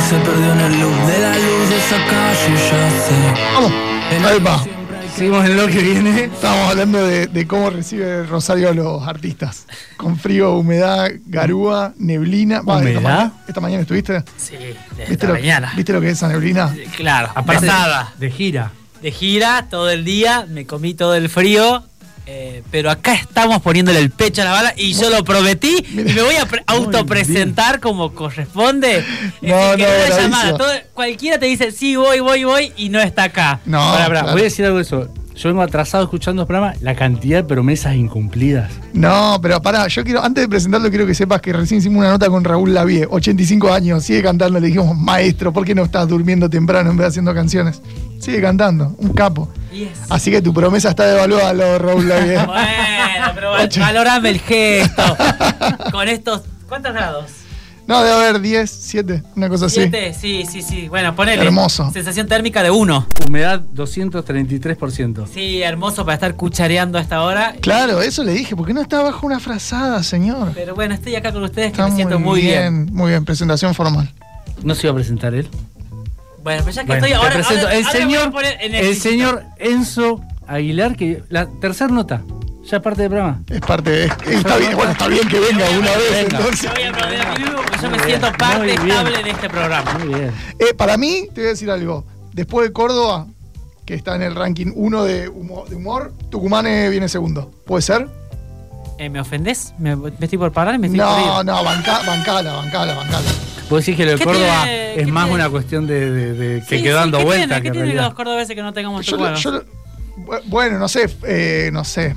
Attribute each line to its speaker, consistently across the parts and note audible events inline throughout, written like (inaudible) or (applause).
Speaker 1: se perdió en el loop de la luz de esa calle, ya sé.
Speaker 2: Vamos.
Speaker 1: El
Speaker 2: Ahí va.
Speaker 1: siempre hay que-
Speaker 3: Seguimos en lo que viene.
Speaker 2: Estábamos hablando de, de cómo recibe Rosario a los artistas. Con frío, humedad, garúa, neblina. Va, esta
Speaker 3: ¿Humedad?
Speaker 2: mañana- Esta, mañana estuviste.
Speaker 4: Sí, desde
Speaker 2: ¿Viste
Speaker 4: la
Speaker 2: lo,
Speaker 4: mañana.
Speaker 2: ¿Viste lo que es esa neblina?
Speaker 4: Claro,
Speaker 3: Apartada. De gira.
Speaker 4: de gira todo el día, me comí todo el frío, eh, pero acá estamos poniéndole el pecho a la bala y yo lo prometí
Speaker 2: Mira.
Speaker 4: y me voy a pre- autopresentar
Speaker 2: (laughs)
Speaker 4: como corresponde. Es
Speaker 2: No,
Speaker 4: decir, que
Speaker 2: no,
Speaker 4: una
Speaker 2: bravísimo.
Speaker 4: llamada, todo- cualquiera te dice, sí, voy, voy, voy y no está acá.
Speaker 2: No,
Speaker 3: Pará, pará,
Speaker 2: claro.
Speaker 3: voy a decir algo de eso. Yo vengo atrasado escuchando los programas, la cantidad de promesas incumplidas.
Speaker 2: no, pero pará, yo quiero, antes de presentarlo, quiero que sepas que recién hicimos una nota con Raúl Lavie, 85 años, sigue cantando, le dijimos, maestro, ¿por qué no estás durmiendo temprano en vez de haciendo canciones? Sigue cantando, un capo.
Speaker 4: Y es- (laughs)
Speaker 2: Así que tu promesa está devaluada, lo de Raúl Lavie.
Speaker 3: (laughs)
Speaker 4: Bueno, pero val-
Speaker 2: Ocho.
Speaker 4: valorame
Speaker 2: (laughs)
Speaker 4: el gesto. Con estos, ¿cuántos grados?
Speaker 2: No, debe haber 10, 7, una cosa así.
Speaker 4: ¿Siete? Sí, sí, sí. Bueno, ponele.
Speaker 2: Hermoso.
Speaker 4: Sensación térmica de uno.
Speaker 3: Humedad 233%.
Speaker 4: Sí, hermoso para estar cuchareando a esta hora.
Speaker 2: Claro, eso le dije, ¿por qué no está bajo una frazada, señor?
Speaker 4: Pero bueno, estoy acá con ustedes que
Speaker 2: Está
Speaker 4: me siento muy, bien.
Speaker 2: Muy bien, presentación formal.
Speaker 3: ¿No se iba a presentar él?
Speaker 4: Bueno, pues ya que
Speaker 3: Bueno,
Speaker 4: estoy
Speaker 3: te
Speaker 4: ahora.
Speaker 3: presento
Speaker 4: ahora-
Speaker 3: el,
Speaker 4: ahora voy a
Speaker 3: señor,
Speaker 4: poner en
Speaker 3: el señor Enzo Aguilar, que la tercera nota, ya es parte del programa.
Speaker 2: Es parte, es- (laughs) está bien, bueno, está bien que venga una vez,
Speaker 3: Venga.
Speaker 2: entonces.
Speaker 4: Yo voy a aplaudir a mí mismo porque yo me
Speaker 3: Muy
Speaker 4: siento
Speaker 3: bien, muy
Speaker 4: parte
Speaker 3: bien.
Speaker 4: estable de este programa.
Speaker 3: Muy bien.
Speaker 2: Eh, para mí, te voy a decir algo. Después de Córdoba, que está en el ranking 1 de humo- de humor, Tucumán eh, viene segundo. ¿Puede ser?
Speaker 4: Eh, ¿Me ofendés? ¿Me, me estoy por parar? ¿Me estoy por ir?
Speaker 2: No, no, banca- bancala, bancala, bancala.
Speaker 3: Vos decís que lo de
Speaker 4: ¿Qué
Speaker 3: Córdoba
Speaker 4: tiene-
Speaker 3: es
Speaker 4: qué
Speaker 3: más
Speaker 4: tiene?
Speaker 3: una cuestión de, de- de que
Speaker 4: Sí,
Speaker 3: quedó
Speaker 4: sí,
Speaker 3: dando
Speaker 4: ¿qué
Speaker 3: vueltas
Speaker 4: tiene?
Speaker 3: que
Speaker 4: ¿Qué
Speaker 3: en
Speaker 4: tienen
Speaker 3: realidad.
Speaker 4: los cordobeses que no tengamos
Speaker 2: Yo, lo-
Speaker 4: tucumanos?
Speaker 2: yo lo- bu- bueno, no sé, eh, no sé.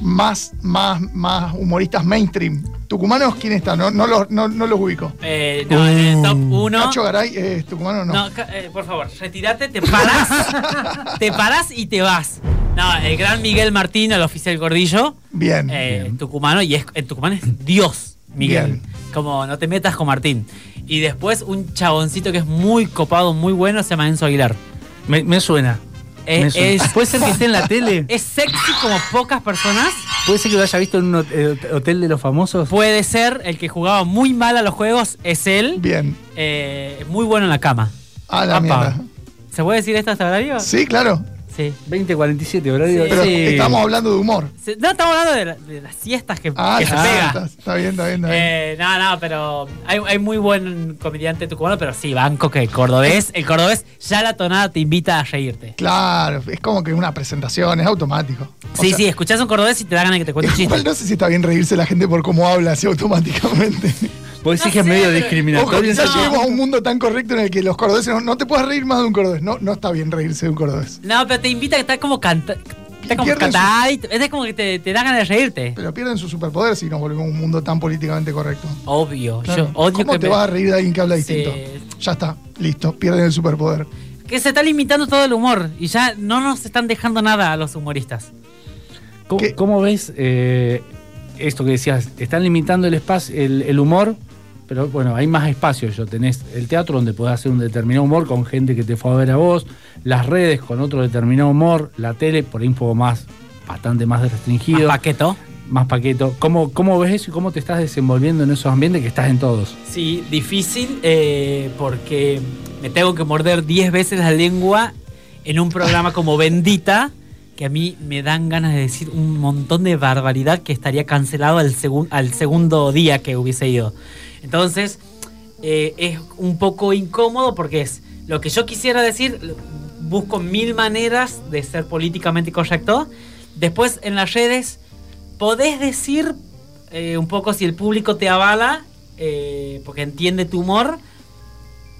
Speaker 2: Más, más, más humoristas mainstream. Tucumanos, ¿quién está? No, no, los, no, no los ubico.
Speaker 4: Eh, no, en el top
Speaker 3: Uh.
Speaker 4: 1.
Speaker 2: Nacho Garay es tucumano o no.
Speaker 4: No, ca- eh, por favor, retirate, te parás.
Speaker 2: (laughs)
Speaker 4: te parás y te vas. No, el gran Miguel Martín, el oficial gordillo,
Speaker 2: Bien.
Speaker 4: eh, tucumano, y es, en Tucumán es Dios, Miguel.
Speaker 2: Bien.
Speaker 4: Como no te metas con Martín. Y después un chaboncito que es muy copado, muy bueno, se llama Enzo Aguilar.
Speaker 3: Me, me suena.
Speaker 4: Eh,
Speaker 3: me suena.
Speaker 4: es-
Speaker 3: Ah, ¿Puede ser que esté
Speaker 4: (laughs)
Speaker 3: en la tele?
Speaker 4: Es sexy como pocas personas.
Speaker 3: ¿Puede ser que lo haya visto en un hotel, hotel de los famosos?
Speaker 4: Puede ser el que jugaba muy mal a los juegos, es él.
Speaker 2: Bien.
Speaker 4: Eh, muy bueno en la cama.
Speaker 2: A la
Speaker 4: Apa.
Speaker 2: mierda.
Speaker 4: ¿Se puede decir esto hasta horario?
Speaker 2: Sí, claro.
Speaker 4: Sí.
Speaker 3: 20.47, horario.
Speaker 4: Sí.
Speaker 2: Pero
Speaker 3: Sí.
Speaker 2: estamos hablando de humor.
Speaker 4: Se- No, estamos hablando de, la- de las siestas que,
Speaker 2: Ah,
Speaker 4: que se
Speaker 2: está,
Speaker 4: pega.
Speaker 2: está, está bien, está bien, está bien.
Speaker 4: Eh, no, no, pero hay, hay muy buen comediante tucumano, pero sí, banco que el cordobés, el cordobés ya la tonada te invita a reírte.
Speaker 2: Claro, es como que una presentación, es automático. O
Speaker 4: sí,
Speaker 2: sea,
Speaker 4: sí, escuchás un cordobés y te da ganas de que te cuente un chiste.
Speaker 2: Igual no sé si está bien reírse la gente por cómo habla así automáticamente.
Speaker 3: Vos decís
Speaker 4: No
Speaker 3: que
Speaker 4: sé,
Speaker 3: es medio
Speaker 4: pero-
Speaker 2: Ojo,
Speaker 3: discriminatorio.
Speaker 2: ya
Speaker 3: entonces-
Speaker 2: llegamos a un mundo tan correcto en el que los cordobeses no, no te puedes reír más de un cordobés. No, no está bien reírse de un cordobés.
Speaker 4: No, pero te invita a estar como canta, está como
Speaker 2: Pierden
Speaker 4: cantadito, es como que te, te da ganas de reírte.
Speaker 2: Pero pierden su superpoder si nos volvemos un mundo tan políticamente correcto.
Speaker 4: Obvio,
Speaker 2: Claro.
Speaker 4: yo odio
Speaker 2: ¿Cómo
Speaker 4: que
Speaker 2: te
Speaker 4: me-
Speaker 2: vas a reír de alguien que habla
Speaker 4: Sí.
Speaker 2: distinto? Ya está, listo, pierden el superpoder.
Speaker 4: que se está limitando todo el humor y ya no nos están dejando nada a los humoristas.
Speaker 3: ¿Cómo,
Speaker 2: ¿Qué?
Speaker 3: cómo ves eh, esto que decías? Están limitando el espacio, el, el humor, pero bueno, hay más espacios. Yo tenés el teatro donde podés hacer un determinado humor con gente que te fue a ver a vos, las redes con otro determinado humor, la tele por ahí un poco más, bastante más
Speaker 4: Más
Speaker 3: restringido, más,
Speaker 4: paqueto.
Speaker 3: paqueto. ¿Cómo, ¿Cómo ves eso y cómo te estás desenvolviendo en esos ambientes que estás en todos?
Speaker 4: Sí, difícil eh, porque me tengo que morder 10 veces la lengua en un programa como Bendita, que a mí me dan ganas de decir un montón de barbaridad que estaría cancelado al, segun- al segundo día que hubiese ido. Entonces, eh, es un poco incómodo porque es lo que yo quisiera decir, lo- busco mil maneras de ser políticamente correcto. Después en las redes podés decir eh, un poco si el público te avala, eh, porque entiende tu humor,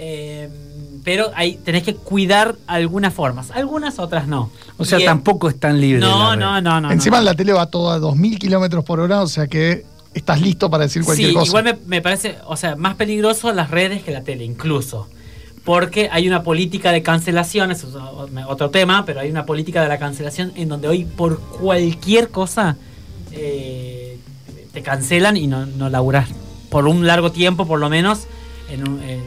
Speaker 4: eh, pero ahí tenés que cuidar algunas formas, algunas otras no.
Speaker 3: O sea,
Speaker 4: Y, eh,
Speaker 3: tampoco es tan libre. la
Speaker 4: No,
Speaker 3: red.
Speaker 4: no, no, no.
Speaker 2: Encima
Speaker 4: no.
Speaker 2: la tele va todo a 2.000 kilómetros por hora, o sea que estás listo para decir cualquier
Speaker 4: sí,
Speaker 2: cosa.
Speaker 4: igual me, me parece, o sea, más peligroso las redes que la tele, incluso. Porque hay una política de cancelación, es otro otro tema, pero hay una política de la cancelación en donde hoy por cualquier cosa eh, te cancelan y no, no laburás. Por un largo tiempo, por lo menos. En un, eh,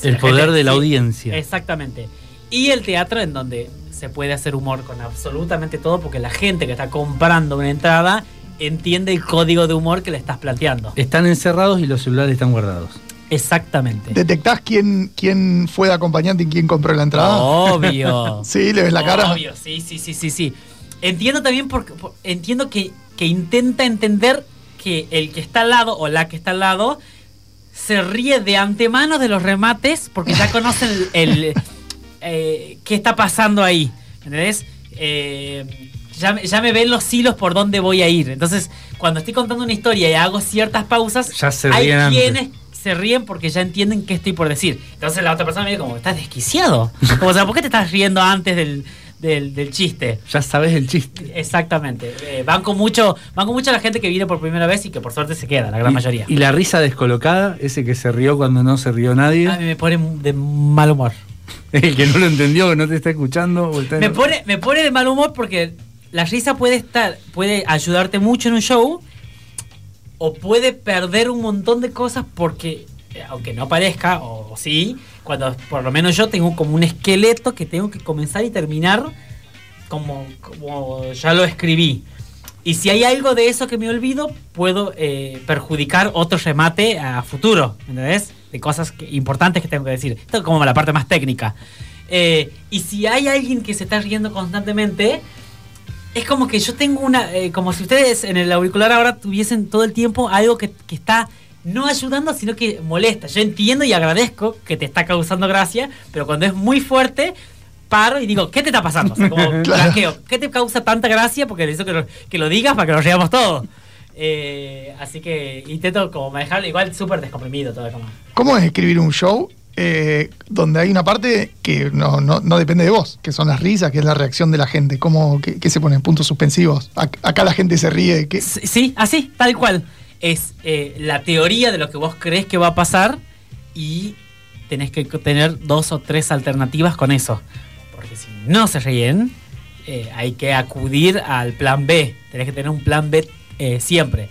Speaker 4: si
Speaker 3: El
Speaker 4: la
Speaker 3: poder
Speaker 4: gente-
Speaker 3: de la
Speaker 4: sí,
Speaker 3: audiencia.
Speaker 4: Exactamente. Y el teatro en donde se puede hacer humor con absolutamente todo porque la gente que está comprando una entrada entiende el código de humor que le estás planteando.
Speaker 3: Están encerrados y los celulares están guardados.
Speaker 4: Exactamente.
Speaker 2: ¿Detectás quién, quién fue de acompañante y quién compró la entrada?
Speaker 4: Obvio.
Speaker 2: (laughs) Sí, le ves la cara.
Speaker 4: Obvio, sí, sí, sí, sí, sí. Entiendo también porque por- entiendo que, que intenta entender que el que está al lado o la que está al lado se ríe de antemano de los remates porque ya conocen el, el, eh, qué está pasando ahí. ¿Entendés? Eh, ya, me- ya me ven los hilos por dónde voy a ir. Entonces, cuando estoy contando una historia y hago ciertas pausas,
Speaker 3: Ya se
Speaker 4: hay
Speaker 3: ríen antes.
Speaker 4: quienes se ríen porque ya entienden qué estoy por decir. Entonces la otra persona me dice como, estás
Speaker 3: (laughs)
Speaker 4: desquiciado. Como, o sea, ¿por qué te estás riendo antes del, del- del chiste?
Speaker 3: Ya sabes el chiste.
Speaker 4: Exactamente. Eh, banco mucho banco mucho a la gente que viene por primera vez y que por suerte se queda, la gran
Speaker 3: Y-
Speaker 4: mayoría.
Speaker 3: Y la risa descolocada, ese que se rió cuando no se rió nadie,
Speaker 4: a mí me pone de mal humor.
Speaker 3: (laughs) el que no lo entendió, que no te está escuchando. o está en-
Speaker 4: Me pone, me pone de mal humor porque la risa puede estar, puede ayudarte mucho en un show o puede perder un montón de cosas porque, eh, aunque no parezca, o, o sí, cuando por lo menos yo tengo como un esqueleto que tengo que comenzar y terminar como, como ya lo escribí. Y si hay algo de eso que me olvido, puedo eh, perjudicar otro remate a futuro, ¿entendés? De cosas que- importantes que tengo que decir. Esto es como la parte más técnica. Eh, y si hay alguien que se está riendo constantemente, es como que yo tengo una. eh, como si ustedes en el auricular ahora tuviesen todo el tiempo algo que, que está no ayudando, sino que molesta. Yo entiendo y agradezco que te está causando gracia, pero cuando es muy fuerte, paro y digo, ¿qué te está pasando? O sea, como blanqueo. ¿Qué te causa tanta gracia? Porque necesito que lo, que lo digas para que nos riamos todos. Eh, así que intento como manejarlo igual súper descomprimido todo como.
Speaker 2: ¿Cómo es escribir un show eh, donde hay una parte que no, no, no depende de vos, que son las risas, que es la reacción de la gente? ¿Cómo, qué, qué se ponen? ¿Puntos suspensivos? Ac- Acá la gente se ríe. ¿qué?
Speaker 4: Sí, sí, así, tal cual. Es eh, la teoría de lo que vos crees que va a pasar y tenés que co- tener dos o tres alternativas con eso. Porque si no se ríen, eh, hay que acudir al plan B. Tenés que tener un plan B eh, siempre.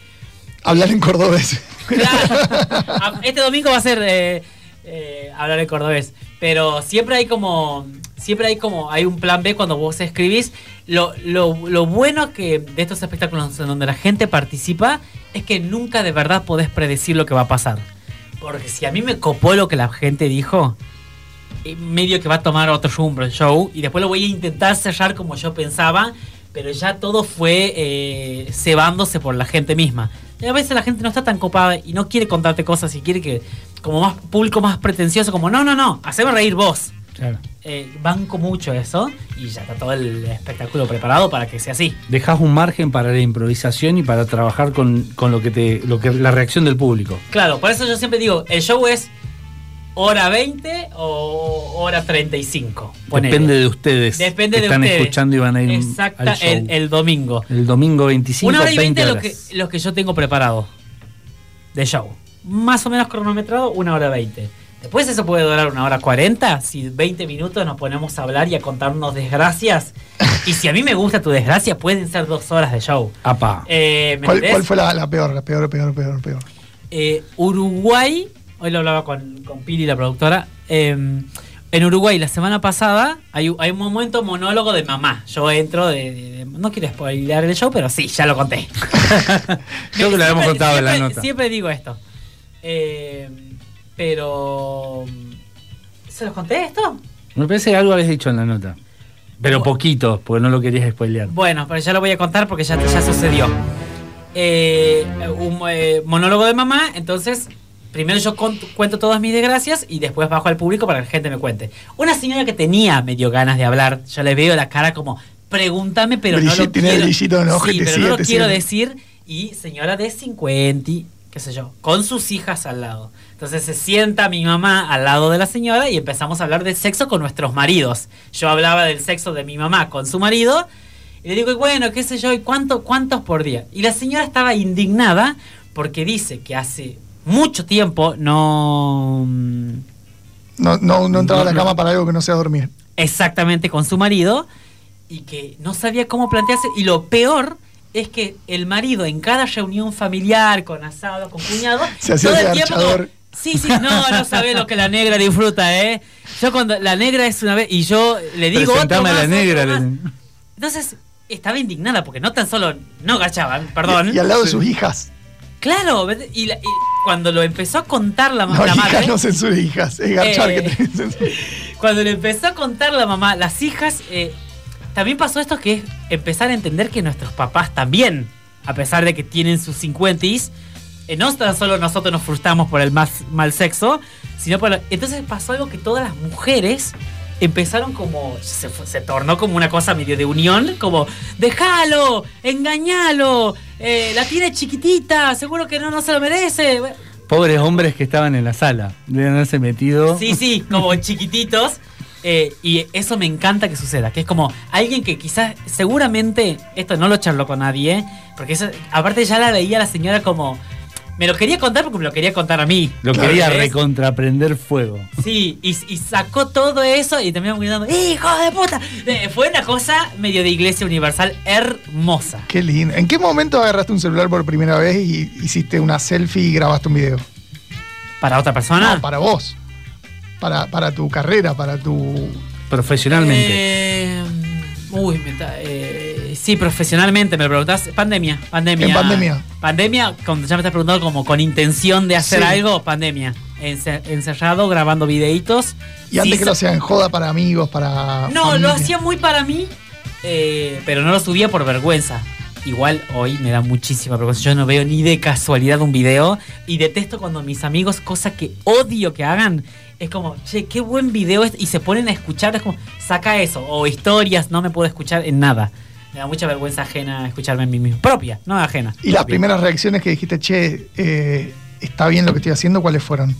Speaker 2: Hablar en cordobés.
Speaker 4: Claro. A- Este domingo va a ser eh, eh, hablar en cordobés. Pero siempre hay como. Siempre hay como. Hay un plan B cuando vos escribís. Lo, lo- lo bueno que de estos espectáculos en donde la gente participa es que nunca de verdad podés predecir lo que va a pasar. Porque si a mí me copó lo que la gente dijo, eh, medio que va a tomar otro rumbo el show y después lo voy a intentar cerrar como yo pensaba, pero ya todo fue eh, cebándose por la gente misma. Y a veces la gente no está tan copada y no quiere contarte cosas y quiere que, como más público más pretencioso, como no, no, no, haceme reír vos.
Speaker 3: Claro.
Speaker 4: Eh, banco mucho eso y ya está todo el espectáculo preparado para que sea así.
Speaker 3: Dejas un margen para la improvisación y para trabajar con, con lo que te, lo que, la reacción del público.
Speaker 4: Claro, por eso yo siempre digo, el show es hora 20 o hora 35. ponele.
Speaker 3: Depende de ustedes.
Speaker 4: Depende
Speaker 3: que
Speaker 4: de
Speaker 3: están
Speaker 4: ustedes.
Speaker 3: escuchando y van a ir
Speaker 4: Exacta,
Speaker 3: al show.
Speaker 4: El, el domingo.
Speaker 3: El domingo 25,
Speaker 4: Una hora y
Speaker 3: 20
Speaker 4: veinte lo
Speaker 3: horas.
Speaker 4: que, lo que yo tengo preparado de show. Más o menos cronometrado, una hora veinte. Después eso puede durar una hora cuarenta. Si 20 minutos nos ponemos a hablar y a contarnos desgracias. Y si a mí me gusta tu desgracia, pueden ser dos horas de show.
Speaker 3: Apa.
Speaker 4: Eh, ¿me
Speaker 2: ¿Cuál,
Speaker 4: entendés?
Speaker 2: cuál fue la, la peor? La peor, peor, peor, peor.
Speaker 4: Eh, Uruguay, hoy lo hablaba con, con Pili, la productora. eh, en Uruguay, la semana pasada, hay, un- hay un momento monólogo de mamá. Yo entro de. de- de- no quiero spoilear el show, pero sí, ya lo conté.
Speaker 3: Creo que lo habíamos
Speaker 4: Siempre-
Speaker 3: contado en la
Speaker 4: siempre-
Speaker 3: nota.
Speaker 4: Siempre digo esto. Eh, pero. ¿Se los conté esto?
Speaker 3: Me parece que algo habías dicho en la nota. Pero poquito, porque no lo querías spoilear.
Speaker 4: Bueno, pero ya lo voy a contar porque ya, ya sucedió. Eh, un eh, monólogo de mamá, entonces primero yo con- cuento todas mis desgracias y después bajo al público para que la gente me cuente. Una señora que tenía medio ganas de hablar, yo le veo la cara como, pregúntame, pero no
Speaker 2: Brillito,
Speaker 4: lo
Speaker 2: tiene
Speaker 4: quiero,
Speaker 2: brillito en el ojo y
Speaker 4: Sí,
Speaker 2: te
Speaker 4: pero
Speaker 2: sigue,
Speaker 4: no lo
Speaker 2: te
Speaker 4: quiero
Speaker 2: sigue.
Speaker 4: decir. Y señora de 50, y qué sé yo, con sus hijas al lado. Entonces se sienta mi mamá al lado de la señora y empezamos a hablar de sexo con nuestros maridos. Yo hablaba del sexo de mi mamá con su marido y le digo, y bueno, qué sé yo, ¿y cuánto, cuántos por día? Y la señora estaba indignada porque dice que hace mucho tiempo no... mm,
Speaker 2: No, no, no entraba
Speaker 3: No,
Speaker 2: a la
Speaker 3: no.
Speaker 2: cama para algo que no sea dormir.
Speaker 4: exactamente con su marido y que no sabía cómo plantearse. Y lo peor es que el marido en cada reunión familiar, con asado, con
Speaker 3: (laughs)
Speaker 4: cuñado,
Speaker 2: Se hacía el garchador.
Speaker 4: Sí, sí, no, no sabe lo que la negra disfruta, ¿eh? Yo cuando la negra es una vez, y yo le digo... otro
Speaker 3: Presentame a
Speaker 4: más,
Speaker 3: la
Speaker 4: otro
Speaker 3: negra.
Speaker 4: más.
Speaker 3: le-
Speaker 4: Entonces estaba indignada porque no tan solo no gachaban, perdón.
Speaker 2: Y, y al lado de sus hijas.
Speaker 4: Claro, ¿ves? y, la- y cuando lo empezó a contar la, ma-
Speaker 2: No,
Speaker 4: la
Speaker 2: hijas
Speaker 4: madre,
Speaker 2: no censure hijas. Es garchar
Speaker 4: Eh.
Speaker 2: que te censure.
Speaker 4: cuando le empezó a contar la mamá, las hijas, eh, también pasó esto que es empezar a entender que nuestros papás también, a pesar de que tienen sus 50 eh, no tan solo nosotros nos frustramos por el mas- mal sexo, sino por... la- Entonces pasó algo que todas las mujeres empezaron como... Se, fu- se tornó como una cosa medio de unión, como, déjalo, engañalo, eh, la tiene chiquitita, seguro que no, no se lo merece. Bueno,
Speaker 3: Pobres hombres que estaban en la sala, de haberse metido.
Speaker 4: Sí, sí, como chiquititos. Eh, y eso me encanta que suceda, que es como alguien que quizás, seguramente, esto no lo charló con nadie, ¿eh? porque eso, aparte ya la veía la señora como, me lo quería contar porque me lo quería contar a mí.
Speaker 3: Lo quería
Speaker 4: ¿Ves?
Speaker 3: recontraprender fuego.
Speaker 4: Sí, y, y sacó todo eso y también gritando, ¡hijo de puta! Eh, Fue una cosa medio de iglesia universal hermosa.
Speaker 2: Qué lindo. ¿En qué momento agarraste un celular por primera vez y hiciste una selfie y grabaste un video?
Speaker 4: Para otra persona.
Speaker 2: No, para vos. Para, para tu carrera, para tu.
Speaker 3: Profesionalmente.
Speaker 4: Eh, uy, me ta- eh, sí, profesionalmente me lo preguntás. Pandemia, pandemia.
Speaker 2: En pandemia.
Speaker 4: Pandemia, cuando ya me estás preguntando como con intención de hacer
Speaker 2: Sí.
Speaker 4: algo, pandemia. Ence- encerrado, grabando videitos.
Speaker 2: Y antes
Speaker 4: Sí,
Speaker 2: que lo sean joda para amigos, para.
Speaker 4: No,
Speaker 2: familia.
Speaker 4: lo hacía muy para mí, eh, pero no lo subía por vergüenza. Igual hoy me da muchísima vergüenza. Yo no veo ni de casualidad un video y detesto cuando mis amigos, cosa que odio que hagan, es como, che, qué buen video es", y se ponen a escuchar, es como, saca eso, o historias, no me puedo escuchar en nada. Me da mucha vergüenza ajena escucharme en mí mismo. Propia, no ajena.
Speaker 2: Y las
Speaker 4: propia.
Speaker 2: primeras reacciones que dijiste, che, eh, está bien lo que estoy haciendo, ¿cuáles fueron?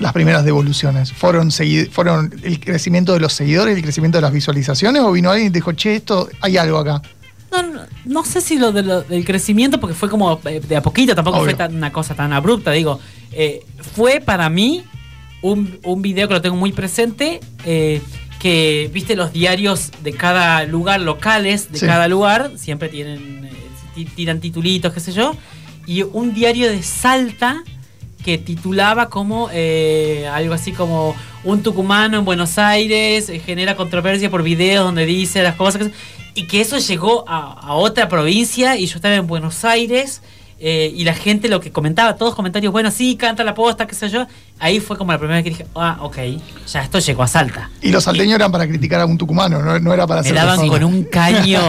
Speaker 2: Las primeras devoluciones. ¿Fueron, segui- ¿Fueron el crecimiento de los seguidores, el crecimiento de las visualizaciones? ¿O vino alguien y te dijo, che, esto, hay algo acá?
Speaker 4: No, no, no sé si lo, de lo- del crecimiento, porque fue como eh, de a poquito, tampoco
Speaker 2: Obvio.
Speaker 4: fue tan- una cosa tan abrupta, digo. Eh, fue para mí un, un video que lo tengo muy presente, eh, que viste los diarios de cada lugar, locales de
Speaker 2: Sí.
Speaker 4: cada lugar, siempre tienen, eh, ti- tiran titulitos, qué sé yo, y un diario de Salta que titulaba como eh, algo así como un tucumano en Buenos Aires eh, genera controversia por videos donde dice las cosas que- y que eso llegó a, a otra provincia y yo estaba en Buenos Aires eh, y la gente lo que comentaba, todos comentarios, bueno, sí, canta la posta, qué sé yo, ahí fue como la primera vez que dije, ah, ok, ya esto llegó a Salta.
Speaker 2: Y los salteños eran para criticar a un tucumano, no, no era para
Speaker 4: Me
Speaker 2: hacer
Speaker 4: daban
Speaker 2: persona.
Speaker 4: con un caño.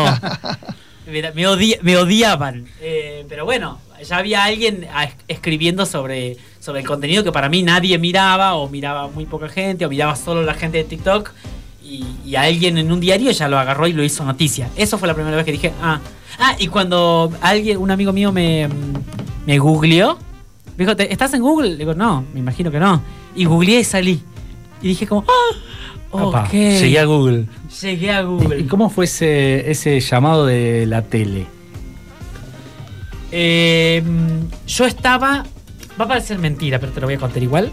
Speaker 4: Me, me odi- me odiaban. Eh, pero bueno, ya había alguien a- escribiendo sobre, sobre el contenido que para mí nadie miraba, o miraba muy poca gente, o miraba solo la gente de TikTok. Y, y alguien en un diario ya lo agarró y lo hizo noticia. Eso fue la primera vez que dije, ah. Ah, y cuando alguien, un amigo mío me, me googleó, me dijo, "¿Te- ¿estás en Google? Le digo, no, me imagino que no. Y googleé y salí. Y dije como, ah,
Speaker 3: Papá,
Speaker 4: ok.
Speaker 3: Llegué a Google.
Speaker 4: Llegué a
Speaker 3: ¿Y
Speaker 4: Google.
Speaker 3: cómo fue ese, ese llamado de la tele?
Speaker 4: Eh, yo estaba. Va a parecer mentira, pero te lo voy a contar igual.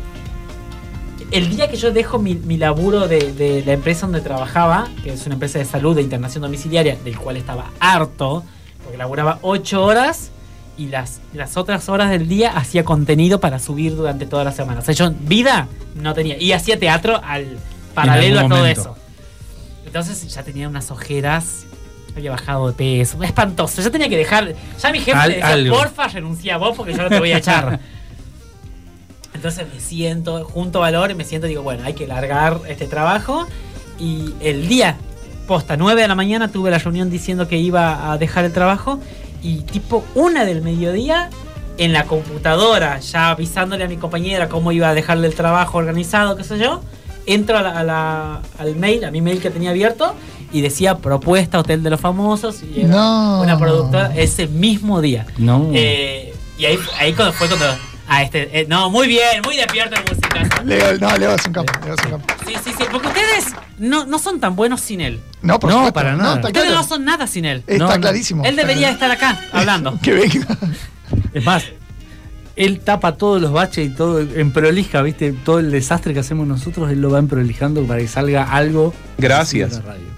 Speaker 4: El día que yo dejo mi, mi laburo de, de la empresa donde trabajaba, que es una empresa de salud de internación domiciliaria, del cual estaba harto, porque laburaba 8 horas y las, las otras horas del día hacía contenido para subir durante toda la semana. O sea, yo vida no tenía. Y hacía teatro al paralelo a
Speaker 3: algún
Speaker 4: todo
Speaker 3: momento.
Speaker 4: eso. Entonces ya tenía unas ojeras, había bajado de peso, espantoso. Yo tenía que dejar. Ya mi jefe
Speaker 3: Al-
Speaker 4: le decía,
Speaker 3: algo.
Speaker 4: porfa, renuncia a vos porque yo no te voy a echar. (laughs) Entonces me siento, junto valor, y me siento y digo, bueno, hay que largar este trabajo. Y el día, posta, 9 de la mañana, tuve la reunión diciendo que iba a dejar el trabajo. Y tipo una del mediodía, en la computadora, ya avisándole a mi compañera cómo iba a dejarle el trabajo organizado, qué sé yo, entro a la- a la- al mail, a mi mail que tenía abierto, y decía propuesta Hotel de los Famosos. Y era
Speaker 2: No. Mm.
Speaker 4: una productora ese mismo día.
Speaker 3: No.
Speaker 4: Eh, y ahí, ahí cuando fue cuando. Ah, este. eh, no, muy bien, muy despierto el musicazo.
Speaker 2: Leo, no, Leo es un capo. Leo es un capo.
Speaker 4: Sí, sí, sí. Porque ustedes no, no son tan buenos sin él.
Speaker 2: No, por
Speaker 3: No,
Speaker 2: supuesto.
Speaker 3: para nada.
Speaker 2: No, está
Speaker 4: Ustedes
Speaker 2: claro.
Speaker 4: no son nada sin él.
Speaker 2: Está
Speaker 3: No, no.
Speaker 2: clarísimo.
Speaker 4: Él debería estar acá hablando.
Speaker 2: (laughs) Que venga.
Speaker 3: Es más, él tapa todos los baches y todo en prolija, ¿viste? Todo el desastre que hacemos nosotros, él lo va emprolijando para que salga algo.
Speaker 5: Gracias.
Speaker 3: de la radio.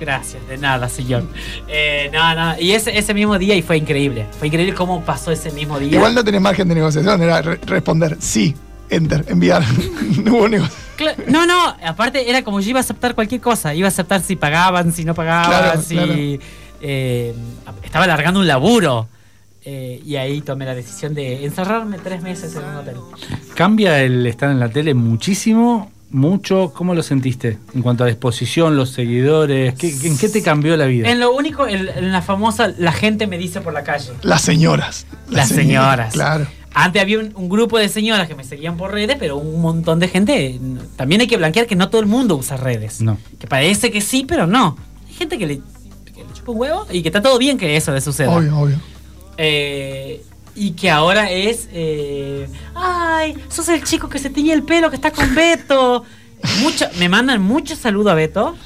Speaker 4: Gracias, de nada, señor. Eh, no, no. Y ese, ese mismo día y fue increíble. Fue increíble cómo pasó ese mismo día.
Speaker 2: Igual no tenés margen de negociación, era re- responder sí, enter, enviar. (laughs) no hubo negocio.
Speaker 4: Cla- No, no, aparte era como yo iba a aceptar cualquier cosa. Iba a aceptar si pagaban, si no pagaban,
Speaker 2: Claro,
Speaker 4: si.
Speaker 2: claro.
Speaker 4: eh, estaba alargando un laburo. eh, y ahí tomé la decisión de encerrarme tres meses en un hotel.
Speaker 3: ¿Cambia el estar en la tele muchísimo? ¿Mucho? ¿Cómo lo sentiste? En cuanto a exposición, los seguidores, ¿qué- ¿en qué te cambió la vida?
Speaker 4: En lo único, en, en la famosa, la gente me dice por la calle.
Speaker 2: Las señoras.
Speaker 4: Las señoras.
Speaker 2: Claro.
Speaker 4: Antes había un, un grupo de señoras que me seguían por redes, pero un montón de gente. También hay que blanquear que no todo el mundo usa redes.
Speaker 3: No.
Speaker 4: Que parece que sí, pero no. Hay gente que le, que le chupa un huevo y que está todo bien que eso le suceda.
Speaker 2: Obvio, obvio.
Speaker 4: Eh, y que ahora es. eh, ¡Ay! Sos el chico que se tiñe el pelo, que está con Beto. Mucho- me mandan mucho saludo a Beto.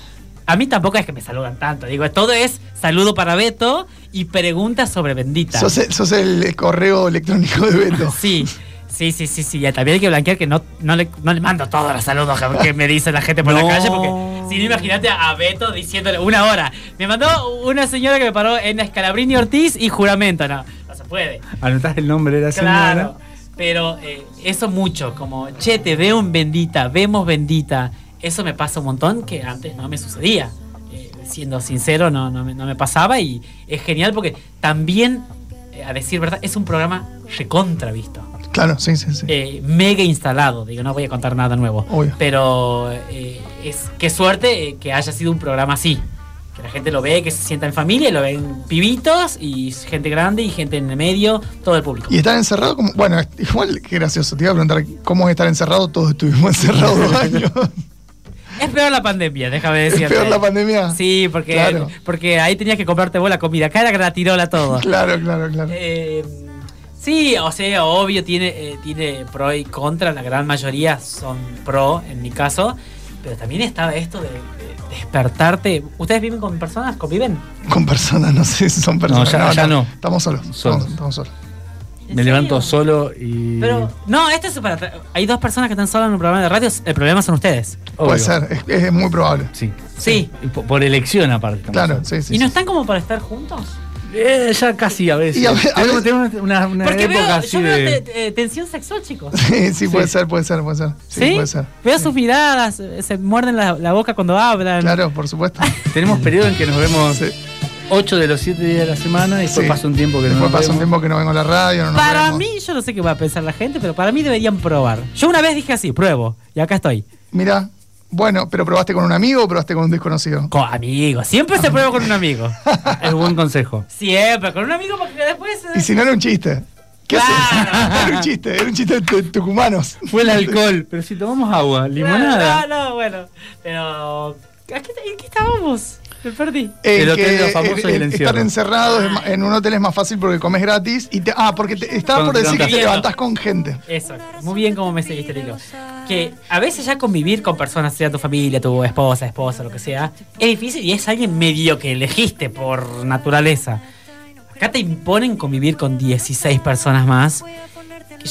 Speaker 4: A mí tampoco es que me saludan tanto. Digo, todo es saludo para Beto y preguntas sobre Bendita.
Speaker 2: Sos el, sos el correo electrónico de
Speaker 4: (laughs)
Speaker 2: Beto.
Speaker 4: Sí, sí, sí, sí, sí. Ya, también hay que blanquear que no, no, le, no le mando todos los saludos que, que me dice la gente por
Speaker 3: No.
Speaker 4: la calle, porque si no, imagínate a Beto diciéndole una hora. Me mandó una señora que me paró en Escalabrini Ortiz y juramento. No, no se puede.
Speaker 3: Anotás el nombre de la señora.
Speaker 4: Claro. Pero eh, eso mucho, como, che, te veo en bendita, vemos bendita. Eso me pasa un montón que antes no me sucedía. Eh, siendo sincero, no, no, me, no me pasaba y es genial porque también, eh, a decir verdad, es un programa recontravisto.
Speaker 2: Claro, sí, sí, sí.
Speaker 4: Eh, mega instalado, digo, no voy a contar nada nuevo.
Speaker 2: Obvio.
Speaker 4: Pero eh, es qué suerte eh, que haya sido un programa así. Que la gente lo ve, que se sienta en familia, lo ven pibitos y gente grande y gente en el medio, todo el público.
Speaker 2: Y estar encerrado como. Bueno, igual qué gracioso. Te iba a preguntar cómo es estar encerrado. Todos estuvimos (laughs) encerrados dos años.
Speaker 4: Es peor la pandemia, déjame
Speaker 2: es
Speaker 4: decirte.
Speaker 2: peor la pandemia.
Speaker 4: Sí, porque,
Speaker 2: Claro.
Speaker 4: porque ahí tenías que comprarte vos la comida. Acá era gratirola todo.
Speaker 2: Claro, claro, claro.
Speaker 4: Eh, sí, o sea, obvio, tiene, eh, tiene pro y contra. La gran mayoría son pro, en mi caso. Pero también estaba esto de, de despertarte. ¿Ustedes viven con personas? ¿Conviven?
Speaker 2: Con personas, no sé si son personas.
Speaker 3: ya- ya no.
Speaker 2: Estamos solos.
Speaker 3: Solos.
Speaker 2: Estamos, estamos solos.
Speaker 4: ¿En
Speaker 3: Me levanto
Speaker 4: serio?
Speaker 3: solo y.
Speaker 4: Pero, no, esto es para. tra- Hay dos personas que están solas en un programa de radio. El problema son ustedes.
Speaker 3: Obvio.
Speaker 2: Puede ser, es, es muy probable.
Speaker 3: Sí.
Speaker 4: Sí.
Speaker 3: Y po- Por elección, aparte. estamos
Speaker 2: Claro,
Speaker 3: hablando.
Speaker 2: sí, sí.
Speaker 4: ¿Y no
Speaker 2: sí.
Speaker 4: están como para estar juntos?
Speaker 3: Eh, ya casi a veces.
Speaker 2: Y a ve- a
Speaker 3: Tenemos-
Speaker 2: veces-
Speaker 3: tenemos una, una
Speaker 4: Porque
Speaker 3: época
Speaker 4: veo,
Speaker 3: así
Speaker 4: yo veo
Speaker 3: de.
Speaker 4: te- eh, tensión sexual, chicos.
Speaker 2: (laughs) Sí, sí, puede
Speaker 3: Sí.
Speaker 2: ser, puede ser, puede ser. Sí,
Speaker 4: ¿Sí?
Speaker 2: puede ser.
Speaker 4: Veo sus miradas, eh, se muerden la, la boca cuando hablan.
Speaker 2: Claro, por supuesto.
Speaker 3: (laughs) Tenemos periodos en que nos vemos
Speaker 2: Sí.
Speaker 3: 8 de los 7 días de la semana y después
Speaker 2: Sí.
Speaker 3: pasa un tiempo que
Speaker 2: Después
Speaker 3: no nos
Speaker 2: pasa un
Speaker 3: vemos.
Speaker 2: tiempo que no vengo a la radio. No nos
Speaker 4: Para
Speaker 2: vemos.
Speaker 4: mí, yo no sé qué va a pensar la gente, pero para mí deberían probar. Yo una vez dije así, pruebo, y acá estoy.
Speaker 2: Mirá, bueno, pero probaste con un amigo o probaste con un desconocido.
Speaker 4: Con amigos, siempre se prueba con un amigo.
Speaker 2: (laughs)
Speaker 3: Es buen consejo.
Speaker 4: Siempre, con un amigo porque después... eh,
Speaker 2: Y si no era un chiste. ¿Qué haces? (laughs)
Speaker 4: Claro.
Speaker 2: Era un chiste, era un chiste de tucumanos.
Speaker 3: Fue
Speaker 2: (laughs)
Speaker 3: el alcohol, pero si tomamos agua, limonada.
Speaker 4: No, no, bueno. Pero... ¿a qué- ¿En qué estábamos? Me perdí.
Speaker 2: En
Speaker 3: El hotel
Speaker 2: que eh,
Speaker 3: de los famosos
Speaker 2: el-
Speaker 3: y
Speaker 2: el
Speaker 3: el
Speaker 2: Estar
Speaker 3: encierro.
Speaker 2: encerrado es ma- en un hotel es más fácil porque comes gratis. Y te- ah, porque te, estaba
Speaker 3: Cuando
Speaker 2: por
Speaker 3: te
Speaker 2: decir que te
Speaker 4: levantás.
Speaker 2: levantás con gente.
Speaker 4: Eso, muy bien como me seguiste, Lilo. Que a veces ya convivir con personas, sea tu familia, tu esposa, esposa, lo que sea, es difícil y es alguien medio que elegiste por naturaleza. Acá te imponen convivir con 16 personas más,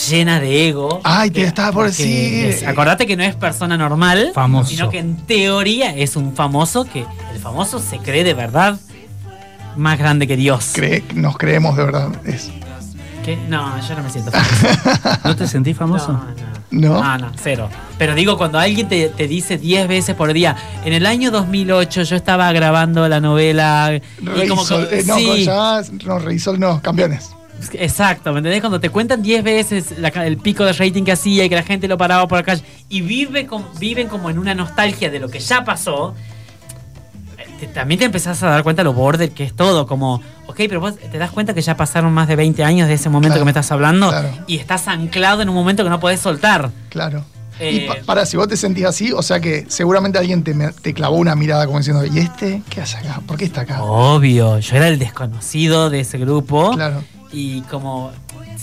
Speaker 4: llenas de ego.
Speaker 2: Ay, te
Speaker 4: Que-
Speaker 2: estaba por
Speaker 4: que-
Speaker 2: decir.
Speaker 4: es- Acordate que no es persona normal,
Speaker 3: Famoso.
Speaker 4: sino que en teoría es un famoso que el famoso se cree de verdad más grande que Dios.
Speaker 2: Cree- nos creemos de verdad. Es-
Speaker 4: Que- No, yo no
Speaker 2: (laughs)
Speaker 4: me siento famoso.
Speaker 3: ¿No te sentís famoso?
Speaker 4: No,
Speaker 2: ¿No?
Speaker 4: no. No, no, cero. Pero digo, cuando alguien te, te dice 10 veces por día, en el año 2008 yo estaba grabando la novela. Y como
Speaker 2: Reisol,
Speaker 4: que-
Speaker 2: eh, no,
Speaker 4: sí,
Speaker 2: con- ya- no, Reisol no, campeones.
Speaker 4: Exacto, ¿me entendés? Cuando te cuentan 10 veces la ca- el pico de rating que hacía y que la gente lo paraba por la calle y vive con- viven como en una nostalgia de lo que ya pasó, eh, te- también te empezás a dar cuenta lo border que es todo. Como, ok, pero vos te das cuenta que ya pasaron más de 20 años de ese momento
Speaker 2: Claro,
Speaker 4: que me estás hablando
Speaker 2: claro.
Speaker 4: y estás anclado en un momento que no podés soltar.
Speaker 2: Claro.
Speaker 4: Eh,
Speaker 2: y pa- para, si vos te sentís así, o sea que seguramente alguien te, me- te clavó una mirada como diciendo, ¿y este qué hace acá? ¿Por qué está acá?
Speaker 4: Oh. Obvio, yo era el desconocido de ese grupo
Speaker 2: Claro.
Speaker 4: y como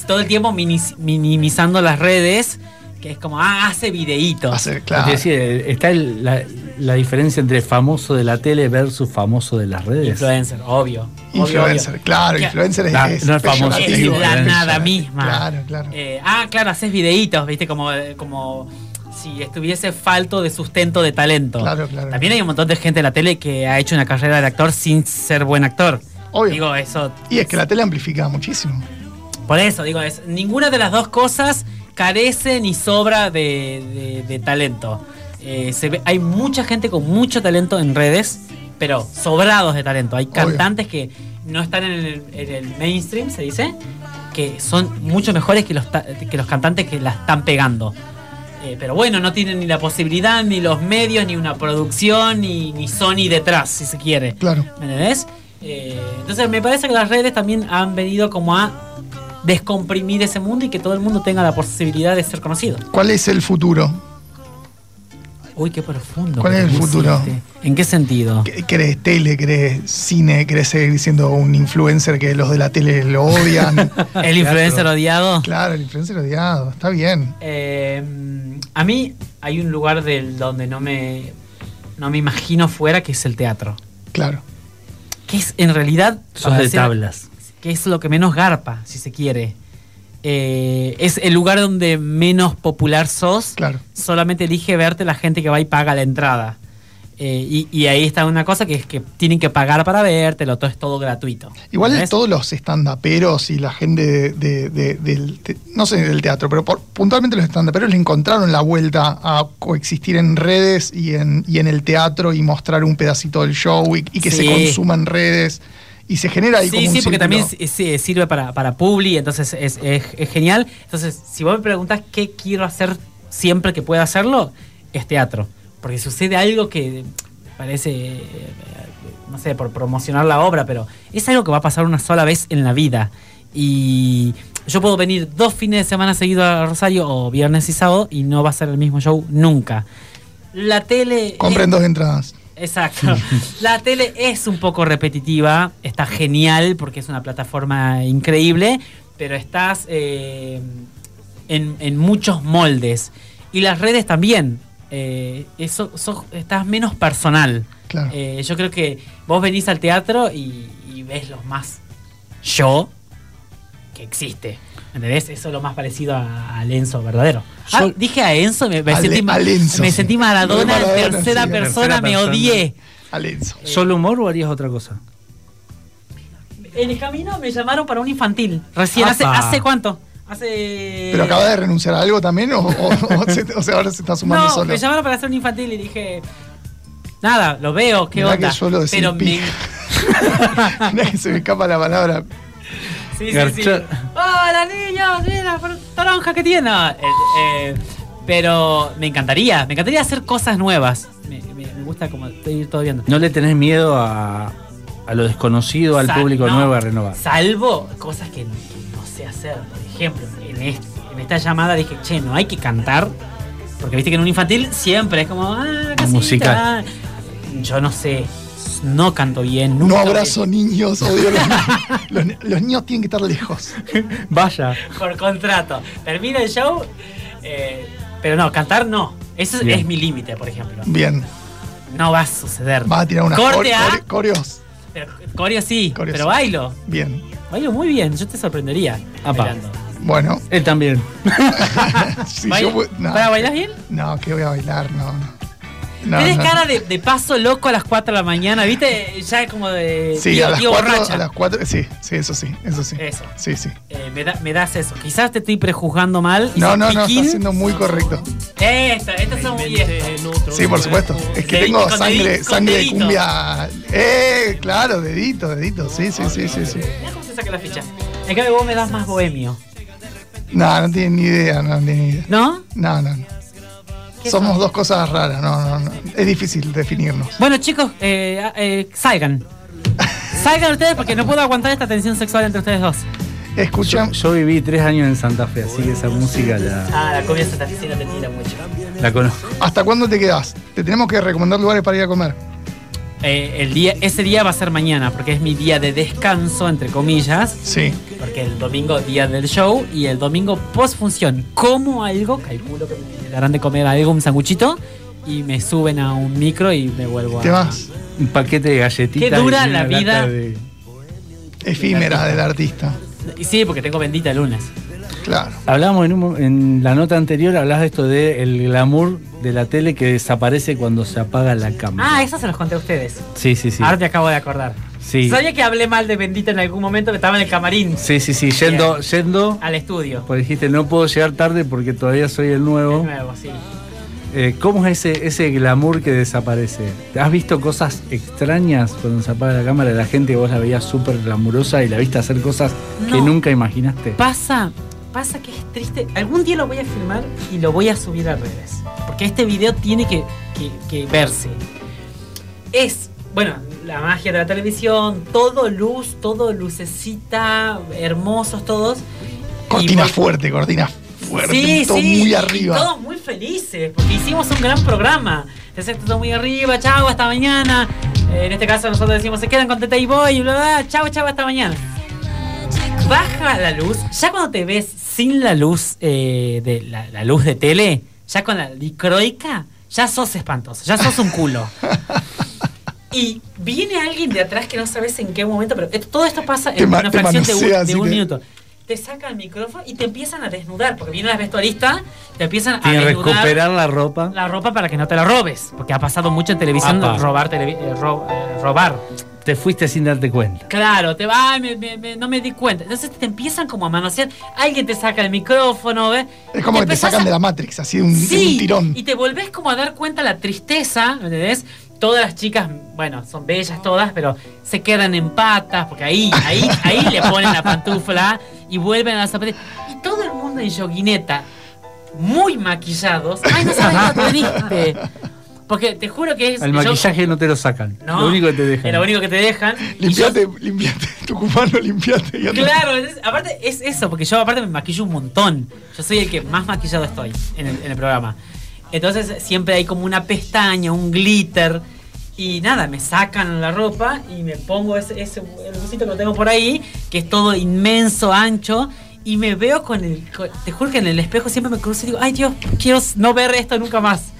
Speaker 4: todo el tiempo minis- minimizando las redes, que es como, ah, hace videítos.
Speaker 2: Hace-
Speaker 3: Es
Speaker 2: claro.
Speaker 3: decir, está el- la, la diferencia entre famoso de la tele versus famoso de las redes.
Speaker 4: Influencer, obvio. obvio,
Speaker 2: Influencer,
Speaker 4: obvio.
Speaker 2: claro,
Speaker 4: Que-
Speaker 2: influencer es,
Speaker 3: No,
Speaker 2: es
Speaker 3: no es famoso,
Speaker 2: peyorativo,
Speaker 3: es la
Speaker 2: peyorativo.
Speaker 4: nada misma.
Speaker 2: Claro, claro.
Speaker 4: Eh, ah, claro, haces videitos, viste, como, como si estuviese falto de sustento de talento.
Speaker 2: Claro, claro.
Speaker 4: También hay un montón de gente en la tele que ha hecho una carrera de actor sin ser buen actor.
Speaker 2: Obvio.
Speaker 4: Digo, eso
Speaker 2: y es que la tele amplifica muchísimo.
Speaker 4: Por eso, digo, es, ninguna de las dos cosas carece ni sobra de, de- de talento. Eh, se ve- hay mucha gente con mucho talento en redes, pero sobrados de talento. Hay
Speaker 2: Obvio.
Speaker 4: cantantes que no están en el, en el mainstream, se dice, que son mucho mejores que los, ta- que los cantantes que la están pegando. Eh, pero bueno, no tienen ni la posibilidad, ni los medios, ni una producción, ni, ni Sony detrás, si se quiere.
Speaker 2: Claro.
Speaker 4: ¿Me entendés? Eh, entonces me parece que las redes también han venido como a descomprimir ese mundo y que todo el mundo tenga la posibilidad de ser conocido.
Speaker 2: ¿Cuál es el futuro?
Speaker 4: Uy, qué profundo.
Speaker 2: ¿Cuál
Speaker 4: que
Speaker 2: es
Speaker 4: te
Speaker 2: el futuro?
Speaker 4: pusiste. ¿En qué sentido?
Speaker 2: ¿Qué- ¿Querés tele? ¿Querés cine? ¿Querés seguir siendo un influencer que los de la tele lo
Speaker 4: (laughs)
Speaker 2: odian?
Speaker 4: ¿El influencer odiado?
Speaker 2: claro, el influencer odiado. Está bien.
Speaker 4: Eh, a mí hay un lugar del donde no me, no me imagino fuera que es el teatro.
Speaker 2: Claro.
Speaker 4: Que es en realidad...
Speaker 3: Sos
Speaker 4: para
Speaker 3: de
Speaker 4: ser-
Speaker 3: tablas.
Speaker 4: que es lo que menos garpa, si se quiere. Eh, es el lugar donde menos popular sos.
Speaker 2: Claro.
Speaker 4: Solamente elige verte la gente que va y paga la entrada. Eh, y, y ahí está una cosa que es que tienen que pagar para vértelo, todo es todo gratuito.
Speaker 2: Igual
Speaker 4: ¿Entendés?
Speaker 2: todos los stand-uperos y la gente de, de- de- del, te- no sé, del teatro, pero por- puntualmente los stand-uperos le encontraron la vuelta a coexistir en redes y en, y en el teatro y mostrar un pedacito del show y, y que se
Speaker 4: Sí.
Speaker 2: consuma en redes. Y se genera ahí
Speaker 4: Sí,
Speaker 2: como un
Speaker 4: sí,
Speaker 2: círculo.
Speaker 4: porque también si- si- sirve para, para Publi, entonces es, es- es genial. Entonces, si vos me preguntás qué quiero hacer siempre que pueda hacerlo, es teatro. Porque sucede algo que parece, eh, no sé, por promocionar la obra, pero es algo que va a pasar una sola vez en la vida. Y yo puedo venir dos fines de semana seguidos a Rosario, o viernes y sábado, y no va a ser el mismo show nunca. La tele...
Speaker 2: Compren dos entradas.
Speaker 4: Exacto. (laughs) La tele es un poco repetitiva, está genial porque es una plataforma increíble, pero estás eh, en, en muchos moldes. Y las redes también. eh, eso, sos- estás menos personal.
Speaker 2: Claro.
Speaker 4: Eh, yo creo que vos venís al teatro y, y ves los más yo que existe. ¿Entendés? Eso es lo más parecido a, al Enzo verdadero. Ah,
Speaker 3: Yo-
Speaker 4: dije a Enzo, me, me
Speaker 2: Al-
Speaker 4: sentí, ma-
Speaker 2: al Enzo,
Speaker 4: me
Speaker 2: sí.
Speaker 4: sentí Maradona,
Speaker 2: Maradona,
Speaker 4: tercera
Speaker 2: sí,
Speaker 4: persona,
Speaker 3: tercera
Speaker 4: me
Speaker 3: persona.
Speaker 4: odié.
Speaker 2: Alenzo.
Speaker 3: ¿Solo humor o harías otra cosa?
Speaker 4: En el camino me llamaron para un infantil. Recién, hace,
Speaker 3: Apa.
Speaker 4: ¿hace cuánto? Hace.
Speaker 2: ¿Pero acaba de renunciar a algo también o, o- o se- o sea, ahora se está sumando
Speaker 4: No,
Speaker 2: solo?
Speaker 4: me llamaron para hacer un infantil y dije. Nada, lo veo, qué
Speaker 2: Mirá
Speaker 4: onda.
Speaker 2: que yo lo decía
Speaker 4: pero me.
Speaker 2: pija. (laughs) Mirá que se me escapa la palabra.
Speaker 4: Sí, sí, sí.
Speaker 3: Garcha-
Speaker 4: ¡Hola, niños! ¡Mira, toronja que tiene! No, eh, eh, pero me encantaría, me encantaría hacer cosas nuevas. Me, me- me gusta como ir todo viendo.
Speaker 3: ¿No le tenés miedo a, a lo desconocido, al
Speaker 4: Sa-
Speaker 3: público
Speaker 4: no,
Speaker 3: nuevo a renovar?
Speaker 4: Salvo cosas que, que no sé hacer. Por ejemplo, en, este- en esta llamada dije, che, no hay que cantar. Porque viste que en un infantil siempre es como, ah, casita.
Speaker 3: Musical.
Speaker 4: Yo no sé, no canto bien, nunca.
Speaker 2: No abrazo niños, odio a los niños. Los, ni- los niños tienen que estar lejos.
Speaker 3: Vaya.
Speaker 4: Por contrato. Termina el show, eh, pero no, cantar no. Eso es-
Speaker 3: Bien.
Speaker 4: es mi límite, por ejemplo.
Speaker 2: Bien,
Speaker 4: No va a suceder.
Speaker 2: vas a tirar unas
Speaker 4: Corte
Speaker 2: core-
Speaker 4: ¿ah? a-
Speaker 2: core- coreos.
Speaker 4: Pero coreo sí,
Speaker 2: Coreo
Speaker 4: pero
Speaker 2: sí.
Speaker 4: bailo.
Speaker 2: Bien,
Speaker 4: Bailo muy bien, yo te sorprendería.
Speaker 3: Apa.
Speaker 4: bailando.
Speaker 2: bueno. (laughs)
Speaker 3: Él también.
Speaker 2: si
Speaker 4: Baila-
Speaker 2: yo pu- no,
Speaker 4: ¿Para bailar bien?
Speaker 2: No, que voy a bailar, no. no. No,
Speaker 4: Tienes
Speaker 2: no.
Speaker 4: cara de, de paso loco a las 4 de la mañana, ¿viste? Ya como de
Speaker 2: Sí,
Speaker 4: tío,
Speaker 2: a, las
Speaker 4: tío
Speaker 2: cuatro,
Speaker 4: borracha.
Speaker 2: a las cuatro. Sí, sí, eso sí, eso sí.
Speaker 4: Eso.
Speaker 2: Sí, sí.
Speaker 4: Eh, me, da- me das eso. Quizás te estoy prejuzgando mal. y
Speaker 2: No,
Speaker 4: sos
Speaker 2: no, no,
Speaker 4: piquín.
Speaker 2: está siendo muy correcto.
Speaker 4: Esta, estas son muy estas.
Speaker 2: Sí, por supuesto. Es que
Speaker 4: Dedi-
Speaker 2: tengo
Speaker 4: con
Speaker 2: sangre,
Speaker 4: dedi- con
Speaker 2: sangre de
Speaker 4: dedito.
Speaker 2: cumbia. Eh, claro, dedito, dedito. Sí, sí, sí, sí, sí.
Speaker 4: Mirá cómo se saca la ficha. En cambio vos me das más bohemio.
Speaker 2: No, no tienen ni idea, no tienen ni idea.
Speaker 4: ¿No?
Speaker 2: No, no, no. Somos dos cosas raras, no, no, no. Es difícil definirnos.
Speaker 4: Bueno, chicos, eh, ah, eh, salgan. Salgan ustedes porque no puedo aguantar esta tensión sexual entre ustedes dos.
Speaker 3: Yo,
Speaker 2: Escuchamos.
Speaker 3: yo viví tres años en Santa Fe, así que esa música la,
Speaker 4: Ah, la comida esta oficina te tira mucho.
Speaker 3: la conozco.
Speaker 2: ¿Hasta cuándo te quedas? Te tenemos que recomendar lugares para ir a comer.
Speaker 4: Eh, el día, ese día va a ser mañana porque es mi día de descanso, entre comillas.
Speaker 2: Sí.
Speaker 4: Porque el domingo día del show y el domingo post función. Como algo, calculo que me darán de comer algo, un sanguchito, y me suben a un micro y me vuelvo a.
Speaker 2: Te vas.
Speaker 3: Un paquete de galletitas.
Speaker 4: Qué dura
Speaker 3: y una
Speaker 4: la vida.
Speaker 3: lata de-
Speaker 2: Efímera del artista.
Speaker 4: Y sí, porque tengo bendita el lunes.
Speaker 2: Claro.
Speaker 3: Hablamos en, un mo- en la nota anterior, hablabas de esto del glamour de la tele que desaparece cuando se apaga la cámara.
Speaker 4: Ah, eso se los conté a ustedes.
Speaker 3: Sí, sí, sí.
Speaker 4: Ahora te acabo de acordar.
Speaker 3: Sí.
Speaker 4: Sabía que hablé mal de bendita en algún momento, que estaba en el camarín,
Speaker 3: Sí, sí, sí. Yendo, yendo.
Speaker 4: al estudio.
Speaker 3: Pues dijiste, no puedo llegar tarde porque todavía soy el
Speaker 4: De
Speaker 3: nuevo.
Speaker 4: nuevo, sí.
Speaker 3: eh, ¿cómo es ese, ese glamour que desaparece? ¿Has visto cosas extrañas cuando se apaga la cámara de la gente que vos la veías súper glamurosa y la viste hacer cosas que
Speaker 4: No.
Speaker 3: nunca imaginaste?
Speaker 4: Pasa, pasa que es triste. Algún día lo voy a filmar y lo voy a subir a redes. Porque este video tiene que, que- que verse. Es, bueno, la magia de la televisión, todo luz, todo lucecita, hermosos todos. Y
Speaker 2: Cortina
Speaker 4: por-
Speaker 2: fuerte, cortina fuerte. todo muy
Speaker 4: y
Speaker 2: arriba.
Speaker 4: Todos muy felices, porque hicimos un gran programa. Entonces, todo muy arriba, chao, hasta mañana. Eh, en este caso, nosotros decimos, se quedan con Tete y Boy, bla, bla, chao, chao, hasta mañana. Baja la luz. Ya cuando te ves sin la luz, eh, de la, la luz de tele, ya con la dicroica, ya sos espantoso, ya sos un culo. Y viene alguien de atrás que no sabes en qué momento, pero esto- todo esto pasa
Speaker 2: Te
Speaker 4: en
Speaker 2: ma-
Speaker 4: una
Speaker 2: te
Speaker 4: fracción de un,
Speaker 2: manosea,
Speaker 4: de
Speaker 2: así
Speaker 4: un
Speaker 2: te-
Speaker 4: minuto. Te saca el micrófono y te empiezan a desnudar, porque viene las vestuaristas, te empiezan a
Speaker 3: Sin
Speaker 4: desnudar
Speaker 3: recuperar la ropa.
Speaker 4: la ropa para que no te la robes, porque ha pasado mucho en televisión
Speaker 3: Apa.
Speaker 4: robar, televi- eh, ro- eh, robar.
Speaker 3: Te fuiste sin darte cuenta.
Speaker 4: Claro, te va, "Ay, me- me- me- no me di cuenta. Entonces te empiezan como a manosear, alguien te saca el micrófono, ¿ves?
Speaker 2: Es como que te
Speaker 4: empezás
Speaker 2: sacan
Speaker 4: a-
Speaker 2: de la Matrix, así de un, de un
Speaker 4: Sí,
Speaker 2: tirón.
Speaker 4: y te volvés como a dar cuenta la tristeza, ¿me entendés? Todas las chicas, bueno, son bellas todas, pero se quedan en patas, porque ahí, ahí, ahí le ponen la pantufla y vuelven a las zapatillas. Y todo el mundo en yoguineta, muy maquillados. Ay, no sabes lo triste. Porque te juro que es.
Speaker 3: El
Speaker 4: yo-
Speaker 3: maquillaje no te lo sacan.
Speaker 4: No,
Speaker 3: lo único que te dejan.
Speaker 4: es lo único que te dejan. Y yo-
Speaker 2: Limpiate, limpiate, (laughs) Tucumano, limpiate. y (laughs) otra-
Speaker 4: Claro, es- aparte es eso, porque yo aparte me maquillo un montón. Yo soy el que más maquillado estoy en el, en el programa. Entonces siempre hay como una pestaña, un glitter. Y nada, me sacan la ropa y me pongo ese, ese el busito que lo tengo por ahí, que es todo inmenso, ancho. Y me veo con el. con- te juro que en el espejo siempre me cruzo y digo, ay Dios, quiero no ver esto nunca más.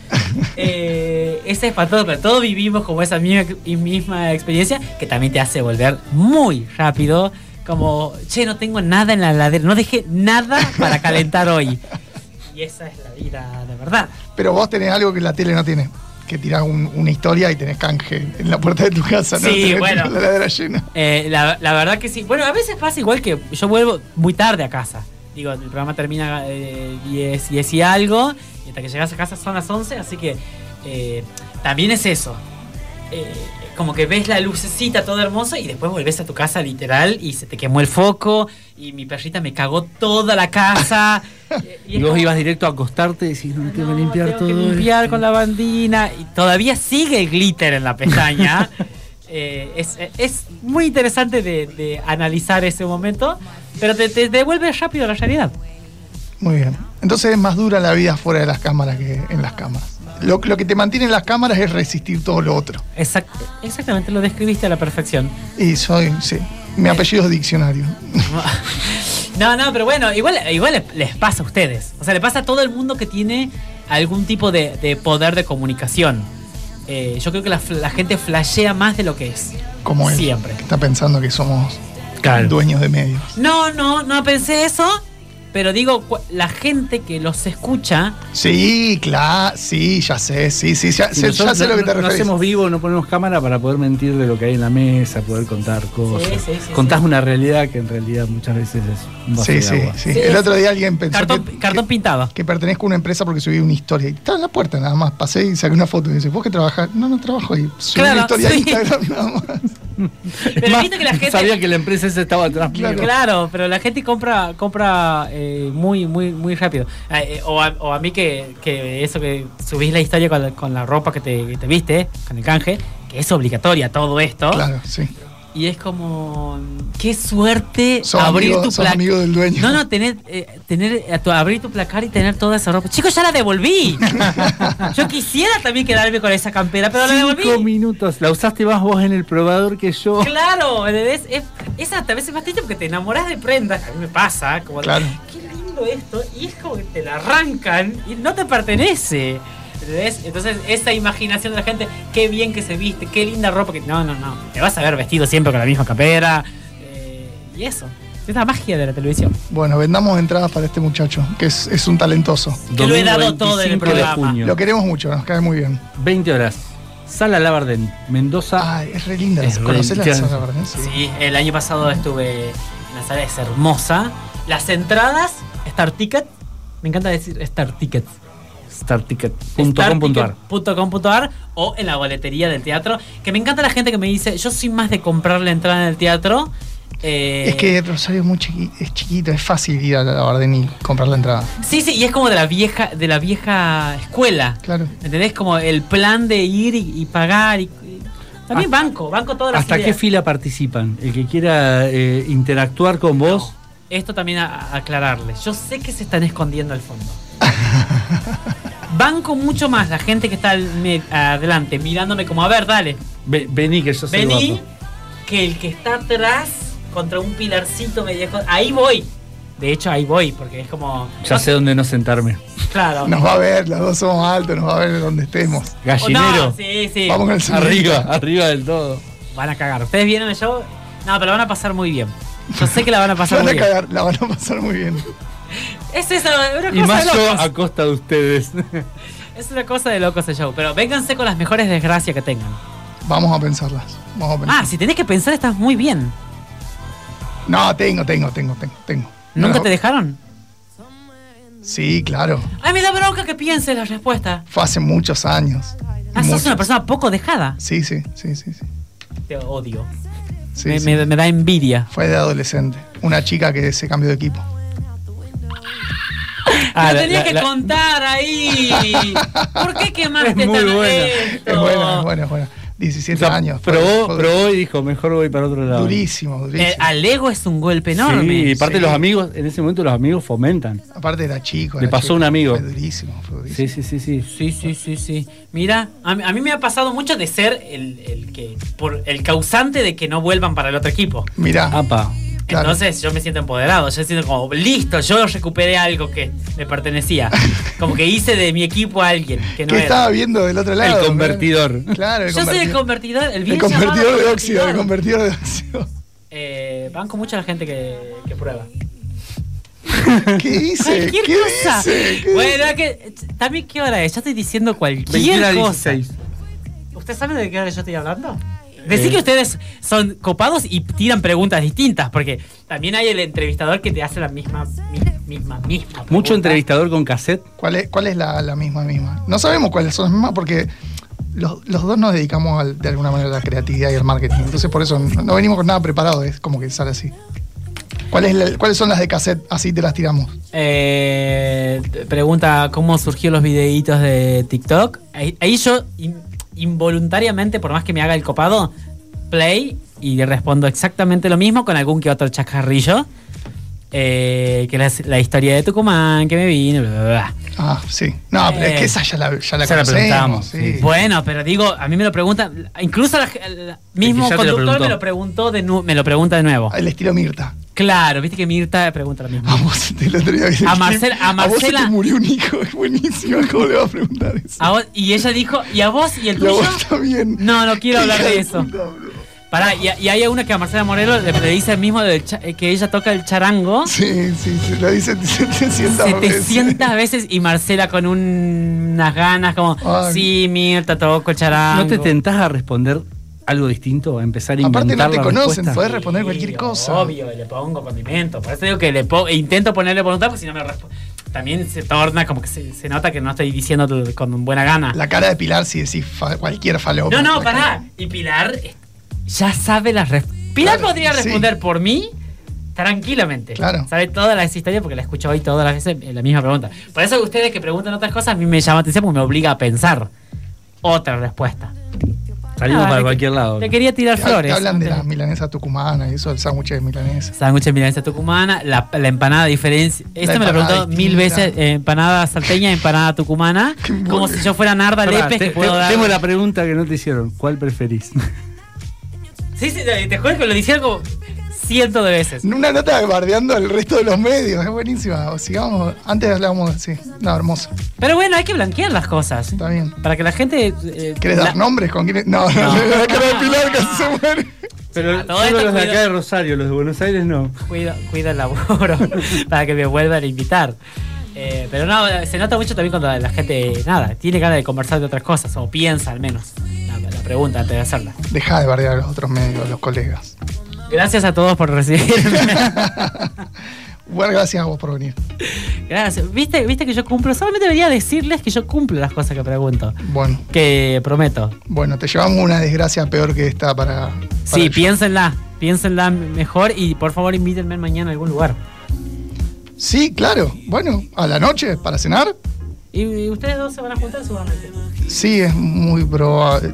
Speaker 4: Eh, ese es para todo, pero todos vivimos como esa misma, y misma experiencia que también te hace volver muy rápido. Como, che, no tengo nada en la heladera, no dejé nada para calentar hoy. Y esa es la vida de verdad.
Speaker 2: Pero vos tenés algo que la tele no tiene. Que tirás un- una historia y tenés canje en la puerta de tu casa. ¿no?
Speaker 4: Sí,
Speaker 2: Tenés
Speaker 4: bueno.
Speaker 2: La ladera llena.
Speaker 4: Eh, la, la verdad que sí. Bueno, a veces pasa igual que yo vuelvo muy tarde a casa. Digo, el programa termina eh, 10, 10 y algo, y hasta que llegas a casa son las 11, así que eh, también es eso. Eh, como que ves la lucecita todo hermoso y después volvés a tu casa literal y se te quemó el foco y mi perrita me cagó toda la
Speaker 3: (laughs)
Speaker 4: casa. Eh,
Speaker 3: Y
Speaker 4: es
Speaker 3: vos
Speaker 4: como-
Speaker 3: ibas directo a acostarte y decís, no, tengo que
Speaker 4: no,
Speaker 3: limpiar
Speaker 4: tengo
Speaker 3: todo.
Speaker 4: que
Speaker 3: esto".
Speaker 4: limpiar con la bandina. Y todavía sigue el glitter en la
Speaker 3: (laughs)
Speaker 4: pestaña. Eh, es, es muy interesante de, de analizar ese momento, pero te, te devuelve rápido a la realidad.
Speaker 2: Muy bien. Entonces es más dura la vida fuera de las cámaras que en las cámaras. Lo, lo que te mantiene en las cámaras es resistir todo lo otro.
Speaker 4: Exact- exactamente, lo describiste a la perfección. (laughs)
Speaker 2: Y soy, sí. Mi apellido es diccionario.
Speaker 4: No, no, pero bueno, igual, igual les- les pasa a ustedes. O sea, le pasa a todo el mundo que tiene algún tipo de, de poder de comunicación. Eh, yo creo que la, fl- la gente flashea más de lo que es.
Speaker 2: Como él.
Speaker 4: Siempre.
Speaker 2: que Está pensando que somos
Speaker 3: Claro.
Speaker 2: dueños de medios.
Speaker 4: No, no, no pensé eso. Pero digo, cu- la gente que los escucha.
Speaker 2: Sí, claro, sí, ya sé, sí, sí, ya,
Speaker 3: Y
Speaker 2: sé- ya
Speaker 3: nosotros
Speaker 2: sé
Speaker 3: no-
Speaker 2: lo que te
Speaker 3: no, no
Speaker 2: refieres.
Speaker 3: hacemos vivo, no ponemos cámara para poder mentir de lo que hay en la mesa, poder contar cosas.
Speaker 4: sí, sí,
Speaker 3: Contás
Speaker 4: sí.
Speaker 3: una realidad que en realidad muchas veces es un vaso
Speaker 2: Sí,
Speaker 3: de
Speaker 2: sí,
Speaker 3: agua.
Speaker 2: sí.
Speaker 4: Sí,
Speaker 2: El
Speaker 4: sí.
Speaker 2: otro día alguien pensó
Speaker 4: Cartón,
Speaker 2: que,
Speaker 4: cartón
Speaker 2: que, (laughs)
Speaker 4: pintado.
Speaker 2: que pertenezco a una empresa porque subí una historia. Y estaba en la puerta nada más. Pasé y saqué una foto y dice, ¿vos qué trabajás? No, no trabajo ahí. Subí
Speaker 4: Claro,
Speaker 2: una historia
Speaker 4: sí. ¿Ah?
Speaker 2: a Instagram nada
Speaker 4: (laughs)
Speaker 2: más.
Speaker 4: Pero
Speaker 3: Más,
Speaker 4: viste
Speaker 3: (laughs)
Speaker 4: que la gente.
Speaker 3: Sabía que la empresa esa estaba atrás mío.
Speaker 2: Claro.
Speaker 4: Claro, pero la gente compra compra eh, muy muy muy rápido. Eh, eh, o, a, o a mí que, que eso que subís la historia con la, con la ropa que te, que te viste, con el canje, que es obligatoria todo esto.
Speaker 2: Claro, sí.
Speaker 4: Y es como, qué suerte
Speaker 2: Sos
Speaker 4: abrir
Speaker 2: amigo-
Speaker 4: tu
Speaker 2: sos
Speaker 4: placa.
Speaker 2: amigo del dueño.
Speaker 4: No, no, tener, eh, tener a tu- abrir tu placar y tener toda esa ropa. Chicos, ya la devolví.
Speaker 2: (laughs)
Speaker 4: Yo quisiera también quedarme con esa campera, pero la
Speaker 3: Cinco
Speaker 4: devolví.
Speaker 3: minutos. La usaste más vos en el probador que yo.
Speaker 4: (laughs) Claro, ¿entendés? Es, esa tal vez es más triste porque te enamorás de prendas. A mí me pasa, como,
Speaker 2: Claro.
Speaker 4: qué lindo esto. Y es como que te la arrancan y no te pertenece. ¿entendés? Entonces, esa imaginación de la gente, qué bien que se viste, qué linda ropa que. No, no, no. Te vas a ver vestido siempre con la misma campera. eh, y eso. Es la magia de la televisión.
Speaker 2: Bueno, vendamos entradas para este muchacho, que es, es un talentoso.
Speaker 4: Que lo he dado todo en el
Speaker 3: 25 de
Speaker 4: programa.
Speaker 3: junio.
Speaker 2: Lo queremos mucho, nos cae muy bien.
Speaker 3: 20 horas. Sala Labardén, Mendoza.
Speaker 2: Ay, es re linda.
Speaker 3: Es re
Speaker 2: ¿Conocés la
Speaker 3: linda.
Speaker 2: zona verde? Sí.
Speaker 4: Sí, el año pasado estuve en la sala, es hermosa. Las entradas, Star Ticket. Me encanta decir Star Ticket.
Speaker 3: starticket.com.ar.
Speaker 4: starticket.com.ar o en la boletería del teatro. Que me encanta la gente que me dice, yo soy más de comprar la entrada en el teatro. eh,
Speaker 2: Es que Rosario es muy chiqui- es chiquito, es fácil ir a la Barden y comprar la entrada.
Speaker 4: Sí, sí, y es como de la vieja, de la vieja escuela.
Speaker 2: Claro.
Speaker 4: ¿Entendés? Como el plan de ir y, y pagar. Y, y- también banco, banco todas las
Speaker 3: Ah, ¿Hasta qué
Speaker 4: ideas.
Speaker 3: fila participan? El que quiera eh, interactuar con vos.
Speaker 4: Esto también a, a aclararles. Yo sé que se están escondiendo
Speaker 2: (laughs)
Speaker 4: al fondo. Banco mucho más la gente que está al me- adelante mirándome como, a ver, dale,
Speaker 3: Ve- vení, que yo soy
Speaker 4: vení,
Speaker 3: guapo.
Speaker 4: que el que está atrás contra un pilarcito me dejó. Ahí voy. De hecho, ahí voy, porque es como.
Speaker 3: Ya sé dónde no sentarme.
Speaker 4: Claro.
Speaker 2: Nos va a ver, los dos somos altos, nos va a ver donde estemos.
Speaker 4: O no,
Speaker 3: Gallinero.
Speaker 4: sí, sí.
Speaker 2: Vamos con el siguiente.
Speaker 3: Arriba, arriba del todo.
Speaker 4: Van a cagar. Ustedes vienen al show. No, pero van a pasar muy bien. Yo sé que la van a
Speaker 2: La
Speaker 3: (laughs)
Speaker 4: pasar
Speaker 2: van a
Speaker 4: muy bien.
Speaker 2: cagar, la van a pasar muy bien.
Speaker 4: Es eso, una
Speaker 3: Y
Speaker 4: cosa
Speaker 3: más
Speaker 4: de
Speaker 3: yo
Speaker 4: locos.
Speaker 3: a costa de ustedes.
Speaker 4: Es una cosa de locos el show. Pero vénganse con las mejores desgracias que tengan.
Speaker 2: Vamos a pensarlas. Vamos a pensar.
Speaker 4: Ah, si tenés que pensar, estás muy bien.
Speaker 2: No, tengo, tengo, tengo, tengo, tengo.
Speaker 4: ¿Nunca
Speaker 2: No,
Speaker 4: te dejaron?
Speaker 2: Sí, claro.
Speaker 4: Ay, me da bronca que pienses la respuesta.
Speaker 2: Fue hace muchos años.
Speaker 4: Ah, sos
Speaker 2: Muchos.
Speaker 4: una persona poco dejada.
Speaker 2: Sí, sí, sí, sí, sí.
Speaker 4: Te odio.
Speaker 2: Sí,
Speaker 4: me,
Speaker 2: sí.
Speaker 4: me- me da envidia.
Speaker 2: Fue de adolescente. Una chica que se cambió de
Speaker 4: (laughs)
Speaker 2: equipo.
Speaker 3: Ah,
Speaker 4: Lo
Speaker 3: la-
Speaker 4: tenía
Speaker 3: la-
Speaker 4: que
Speaker 3: la-
Speaker 4: contar ahí. ¿Por qué quemaste
Speaker 3: Es muy
Speaker 4: tan
Speaker 3: buena.
Speaker 4: esto?
Speaker 2: Es buena, es buena, es buena. 17
Speaker 3: o sea,
Speaker 2: años. Fue-
Speaker 3: (laughs) Probó,
Speaker 2: fue
Speaker 3: probó y dijo, mejor voy para otro lado.
Speaker 2: Durísimo, durísimo.
Speaker 4: Eh, al ego es un golpe enorme.
Speaker 3: Sí, y aparte
Speaker 2: Sí.
Speaker 3: los amigos, en ese momento los amigos fomentan.
Speaker 2: Aparte era chico.
Speaker 3: Le
Speaker 2: era
Speaker 3: pasó
Speaker 2: chico.
Speaker 3: un amigo.
Speaker 2: Fue durísimo, fue durísimo.
Speaker 3: Sí, sí, sí, sí.
Speaker 4: Sí, sí, sí, sí. Mira, a mí, a mí me ha pasado mucho de ser el, el que por el causante de que no vuelvan para el otro equipo.
Speaker 2: Mirá,
Speaker 3: Apa.
Speaker 2: claro.
Speaker 4: Ah, Entonces yo me siento empoderado, yo siento como, listo, yo recuperé algo que me
Speaker 2: (laughs)
Speaker 4: pertenecía. Como que hice de mi equipo a alguien que no
Speaker 2: ¿Qué
Speaker 4: era.
Speaker 2: estaba viendo del otro lado?
Speaker 3: El convertidor.
Speaker 2: Claro, el
Speaker 4: Yo soy
Speaker 2: convertidor.
Speaker 4: el convertidor, el bien
Speaker 2: El convertidor
Speaker 4: llamado
Speaker 2: de óxido, el convertidor de óxido. (laughs)
Speaker 4: Eh, banco mucho a la gente que, que prueba.
Speaker 2: ¿Qué hice?
Speaker 4: Cualquier
Speaker 2: ¿Qué
Speaker 4: cosa.
Speaker 2: hice? ¿Qué-
Speaker 4: Bueno, que, también qué hora es, yo estoy diciendo cualquier
Speaker 3: 21 a
Speaker 4: cosa.
Speaker 3: 16.
Speaker 4: ¿Usted sabe de qué hora yo estoy hablando?
Speaker 2: Eh.
Speaker 4: Decir que ustedes son copados y tiran preguntas distintas, porque también hay el entrevistador que te hace la misma, mi- misma, misma.
Speaker 3: Mucho
Speaker 4: pregunta.
Speaker 3: entrevistador con cassette.
Speaker 2: ¿Cuál es, cuál es la, la misma misma? No sabemos cuáles son las mismas porque los, los dos nos dedicamos al- de alguna manera a la creatividad y al marketing. Entonces por eso no, no venimos con nada preparado, es como que sale así. ¿Cuál es la- ¿Cuáles son las de cassette? Así te las tiramos.
Speaker 4: Eh, te pregunta cómo surgió los videitos de TikTok. Ahí, ahí yo in- involuntariamente, por más que me haga el copado, play y le respondo exactamente lo mismo con algún que otro chacarrillo. Eh, que la, la historia de Tucumán, que me vino, bla, bla, bla.
Speaker 2: Ah, sí. No, pero es que
Speaker 4: Eh,
Speaker 2: esa ya la, ya la
Speaker 3: ya la
Speaker 2: conocemos,
Speaker 3: preguntamos,
Speaker 2: sí.
Speaker 3: sí.
Speaker 4: Bueno, pero digo, a mí me lo preguntan, incluso la- el mismo
Speaker 3: ya te
Speaker 4: conductor
Speaker 3: lo preguntó.
Speaker 4: me lo preguntó de nu- me lo pregunta de nuevo.
Speaker 2: El estilo Mirta.
Speaker 4: Claro, viste que Mirta pregunta lo mismo.
Speaker 2: A vos el otro día viste
Speaker 4: A
Speaker 2: el clip.
Speaker 4: Marcela- a
Speaker 2: vos se
Speaker 4: Marcela-
Speaker 2: te murió un hijo, es buenísimo. ¿Cómo le va a preguntar eso?
Speaker 4: A vos- y ella dijo, ¿y a vos y el
Speaker 2: Y a
Speaker 4: tuyo?
Speaker 2: vos también.
Speaker 4: No, no quiero
Speaker 2: Qué
Speaker 4: hablar
Speaker 2: hija
Speaker 4: de eso.
Speaker 2: puta, bro.
Speaker 4: Pará, y, y hay una que a Marcela Morelo le, le dice el mismo del cha- eh, que ella toca el charango
Speaker 2: Sí, sí, sí, lo dice 700 veces.
Speaker 4: 700 veces y Marcela con un- unas ganas como,
Speaker 2: Ay.
Speaker 4: sí, Mirta, toco el charango.
Speaker 3: ¿No te tentás a responder algo distinto? ¿A empezar a inventar
Speaker 2: Aparte no te
Speaker 3: la
Speaker 2: conocen,
Speaker 3: respuesta?
Speaker 2: podés responder cualquier
Speaker 4: Sí,
Speaker 2: cosa.
Speaker 4: Obvio, le pongo condimento. Por eso digo que le po- e intento ponerle voluntad porque si no me responde. También se torna como que se, se nota que no estoy diciendo t- con buena gana.
Speaker 2: La cara de Pilar si decís fa- cualquier falopa.
Speaker 4: no, no,
Speaker 2: La cara-
Speaker 4: pará. Y Pilar eh, ya sabe las respuestas. Pilar
Speaker 2: Claro,
Speaker 4: podría
Speaker 2: sí.
Speaker 4: responder por mí tranquilamente.
Speaker 2: Claro.
Speaker 4: Sabe todas las historias porque la escucho hoy todas las veces eh, la misma pregunta. Por eso ustedes que preguntan otras cosas a mí me llama atención porque me obliga a pensar otra respuesta.
Speaker 3: Salimos
Speaker 4: Ah,
Speaker 3: para
Speaker 4: le-
Speaker 3: cualquier lado.
Speaker 4: Le quería tirar
Speaker 2: Te,
Speaker 4: flores.
Speaker 2: te hablan de
Speaker 4: antes.
Speaker 2: las milanesas tucumanas y eso, el sándwich de milanesa.
Speaker 4: Sándwich de milanesa tucumana, la, la empanada diferencia. Esto me lo
Speaker 2: empanada
Speaker 4: preguntó mil
Speaker 2: distinta.
Speaker 4: veces. eh, empanada salteña, empanada tucumana.
Speaker 2: (laughs) Qué
Speaker 4: como
Speaker 2: bueno.
Speaker 4: si yo fuera Narda
Speaker 3: Pará,
Speaker 4: Lépez
Speaker 3: te-
Speaker 4: que puedo
Speaker 3: te-
Speaker 4: dar.
Speaker 3: Tengo la pregunta que no te hicieron.
Speaker 2: (laughs)
Speaker 3: ¿Cuál preferís?
Speaker 4: Sí, sí, te te juro que lo hicieron como cientos de veces.
Speaker 2: Una nota bardeando al resto de los medios, es buenísima. O Sigamos, antes hablábamos, sí, no, hermoso,
Speaker 4: Pero bueno, hay que blanquear las cosas.
Speaker 2: está bien.
Speaker 4: Para que la gente. eh,
Speaker 2: ¿Querés
Speaker 4: la-
Speaker 2: dar nombres con quién? No, no, la cara de Pilar casi se muere.
Speaker 3: Pero
Speaker 4: Ah, todo esto
Speaker 3: solo los de acá
Speaker 4: cuidado.
Speaker 3: de Rosario, los de Buenos Aires no.
Speaker 4: cuida, cuida el laburo (laughs) para que me vuelvan a invitar. Eh, pero no, se nota mucho también cuando la gente, nada, tiene ganas de conversar de otras cosas, o piensa al menos la- la pregunta antes de hacerla.
Speaker 2: Deja de bardear a
Speaker 4: (laughs)
Speaker 2: los otros medios, a los colegas. (laughs)
Speaker 4: Gracias a todos por recibirme.
Speaker 2: Bueno, gracias a vos por venir.
Speaker 4: Gracias. ¿Viste, ¿Viste que yo cumplo? Solamente debería decirles que yo cumplo las cosas que pregunto.
Speaker 2: Bueno,
Speaker 4: Que prometo.
Speaker 2: bueno, te llevamos una desgracia peor que esta para. para
Speaker 4: Sí,
Speaker 2: el-
Speaker 4: piénsenla. Piénsenla mejor y por favor invítenme mañana a algún lugar.
Speaker 2: Sí, claro. Bueno, a la noche, para cenar.
Speaker 4: ¿Y, y ustedes dos se van a juntar seguramente?
Speaker 2: Sí, es muy
Speaker 3: (laughs)
Speaker 2: probable.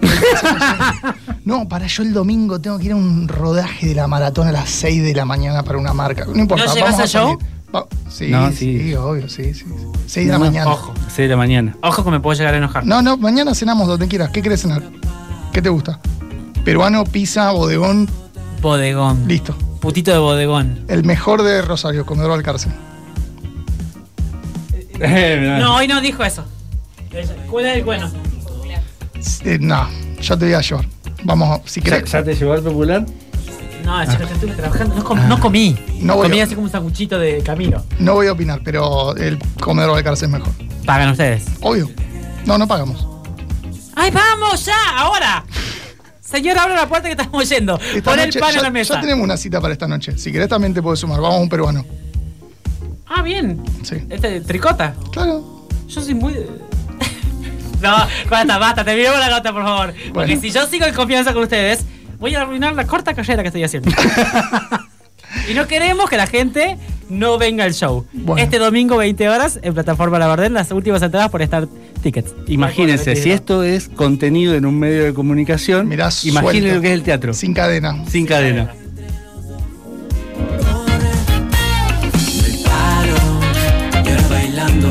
Speaker 2: No, para yo el domingo tengo que ir a un rodaje de la maratón a las 6 de la mañana para una marca. No importa.
Speaker 4: ¿No llegas
Speaker 2: vamos
Speaker 4: al
Speaker 2: a salir.
Speaker 4: show?
Speaker 2: Va- sí,
Speaker 3: No,
Speaker 2: sí,
Speaker 3: sí.
Speaker 2: obvio, sí, sí. 6 de la
Speaker 3: No,
Speaker 2: mañana.
Speaker 4: Ojo.
Speaker 3: 6 de la mañana.
Speaker 4: Ojo que me puedo llegar a enojar.
Speaker 2: No, no, mañana cenamos donde quieras. ¿Qué querés cenar? ¿Qué te gusta? Peruano, pizza, bodegón,
Speaker 4: Bodegón.
Speaker 2: listo.
Speaker 4: Putito de bodegón.
Speaker 2: El mejor de Rosario, comedor Alcárcel.
Speaker 4: (laughs) No, hoy no dijo eso. ¿Cuál es el bueno?
Speaker 2: Eh, no, ya te voy a llevar. Vamos, si
Speaker 3: (laughs) ¿Ya,
Speaker 2: querés.
Speaker 3: ya te llegó el popular?
Speaker 4: No, es que estuve trabajando. No, com- no comí.
Speaker 2: No voy
Speaker 4: comí
Speaker 2: a-
Speaker 4: así como un sanguchito de camino.
Speaker 2: No voy a opinar, pero el comedor Alcárcel es mejor.
Speaker 4: Pagan ustedes.
Speaker 2: Obvio. No, no pagamos.
Speaker 4: ¡Ay, vamos ya! ¡Ahora! Señor, abre la puerta que estamos yendo.
Speaker 2: Esta
Speaker 4: Pon el
Speaker 2: noche-
Speaker 4: pan
Speaker 2: ya,
Speaker 4: en la mesa.
Speaker 2: Ya tenemos una cita para esta noche. Si querés también te puedes sumar. Vamos a un peruano.
Speaker 4: Ah, bien.
Speaker 2: Sí.
Speaker 4: Este, tricota.
Speaker 2: Claro.
Speaker 4: Yo soy muy. no, basta, basta, terminemos la nota, por favor. Porque
Speaker 2: Bueno.
Speaker 4: si yo sigo en confianza con ustedes, voy a arruinar la corta carrera que estoy haciendo. y no queremos que la gente no venga al show.
Speaker 2: Bueno.
Speaker 4: Este domingo, 20 horas, en plataforma La Verdad, las últimas entradas por estar tickets.
Speaker 3: Imagínense, si esto es contenido en un medio de comunicación,
Speaker 2: Mirá,
Speaker 3: imagínense
Speaker 2: suelto.
Speaker 3: lo que es el teatro. Sin,
Speaker 2: Sin cadena.
Speaker 3: cadena.
Speaker 1: Me paro, y ahora bailando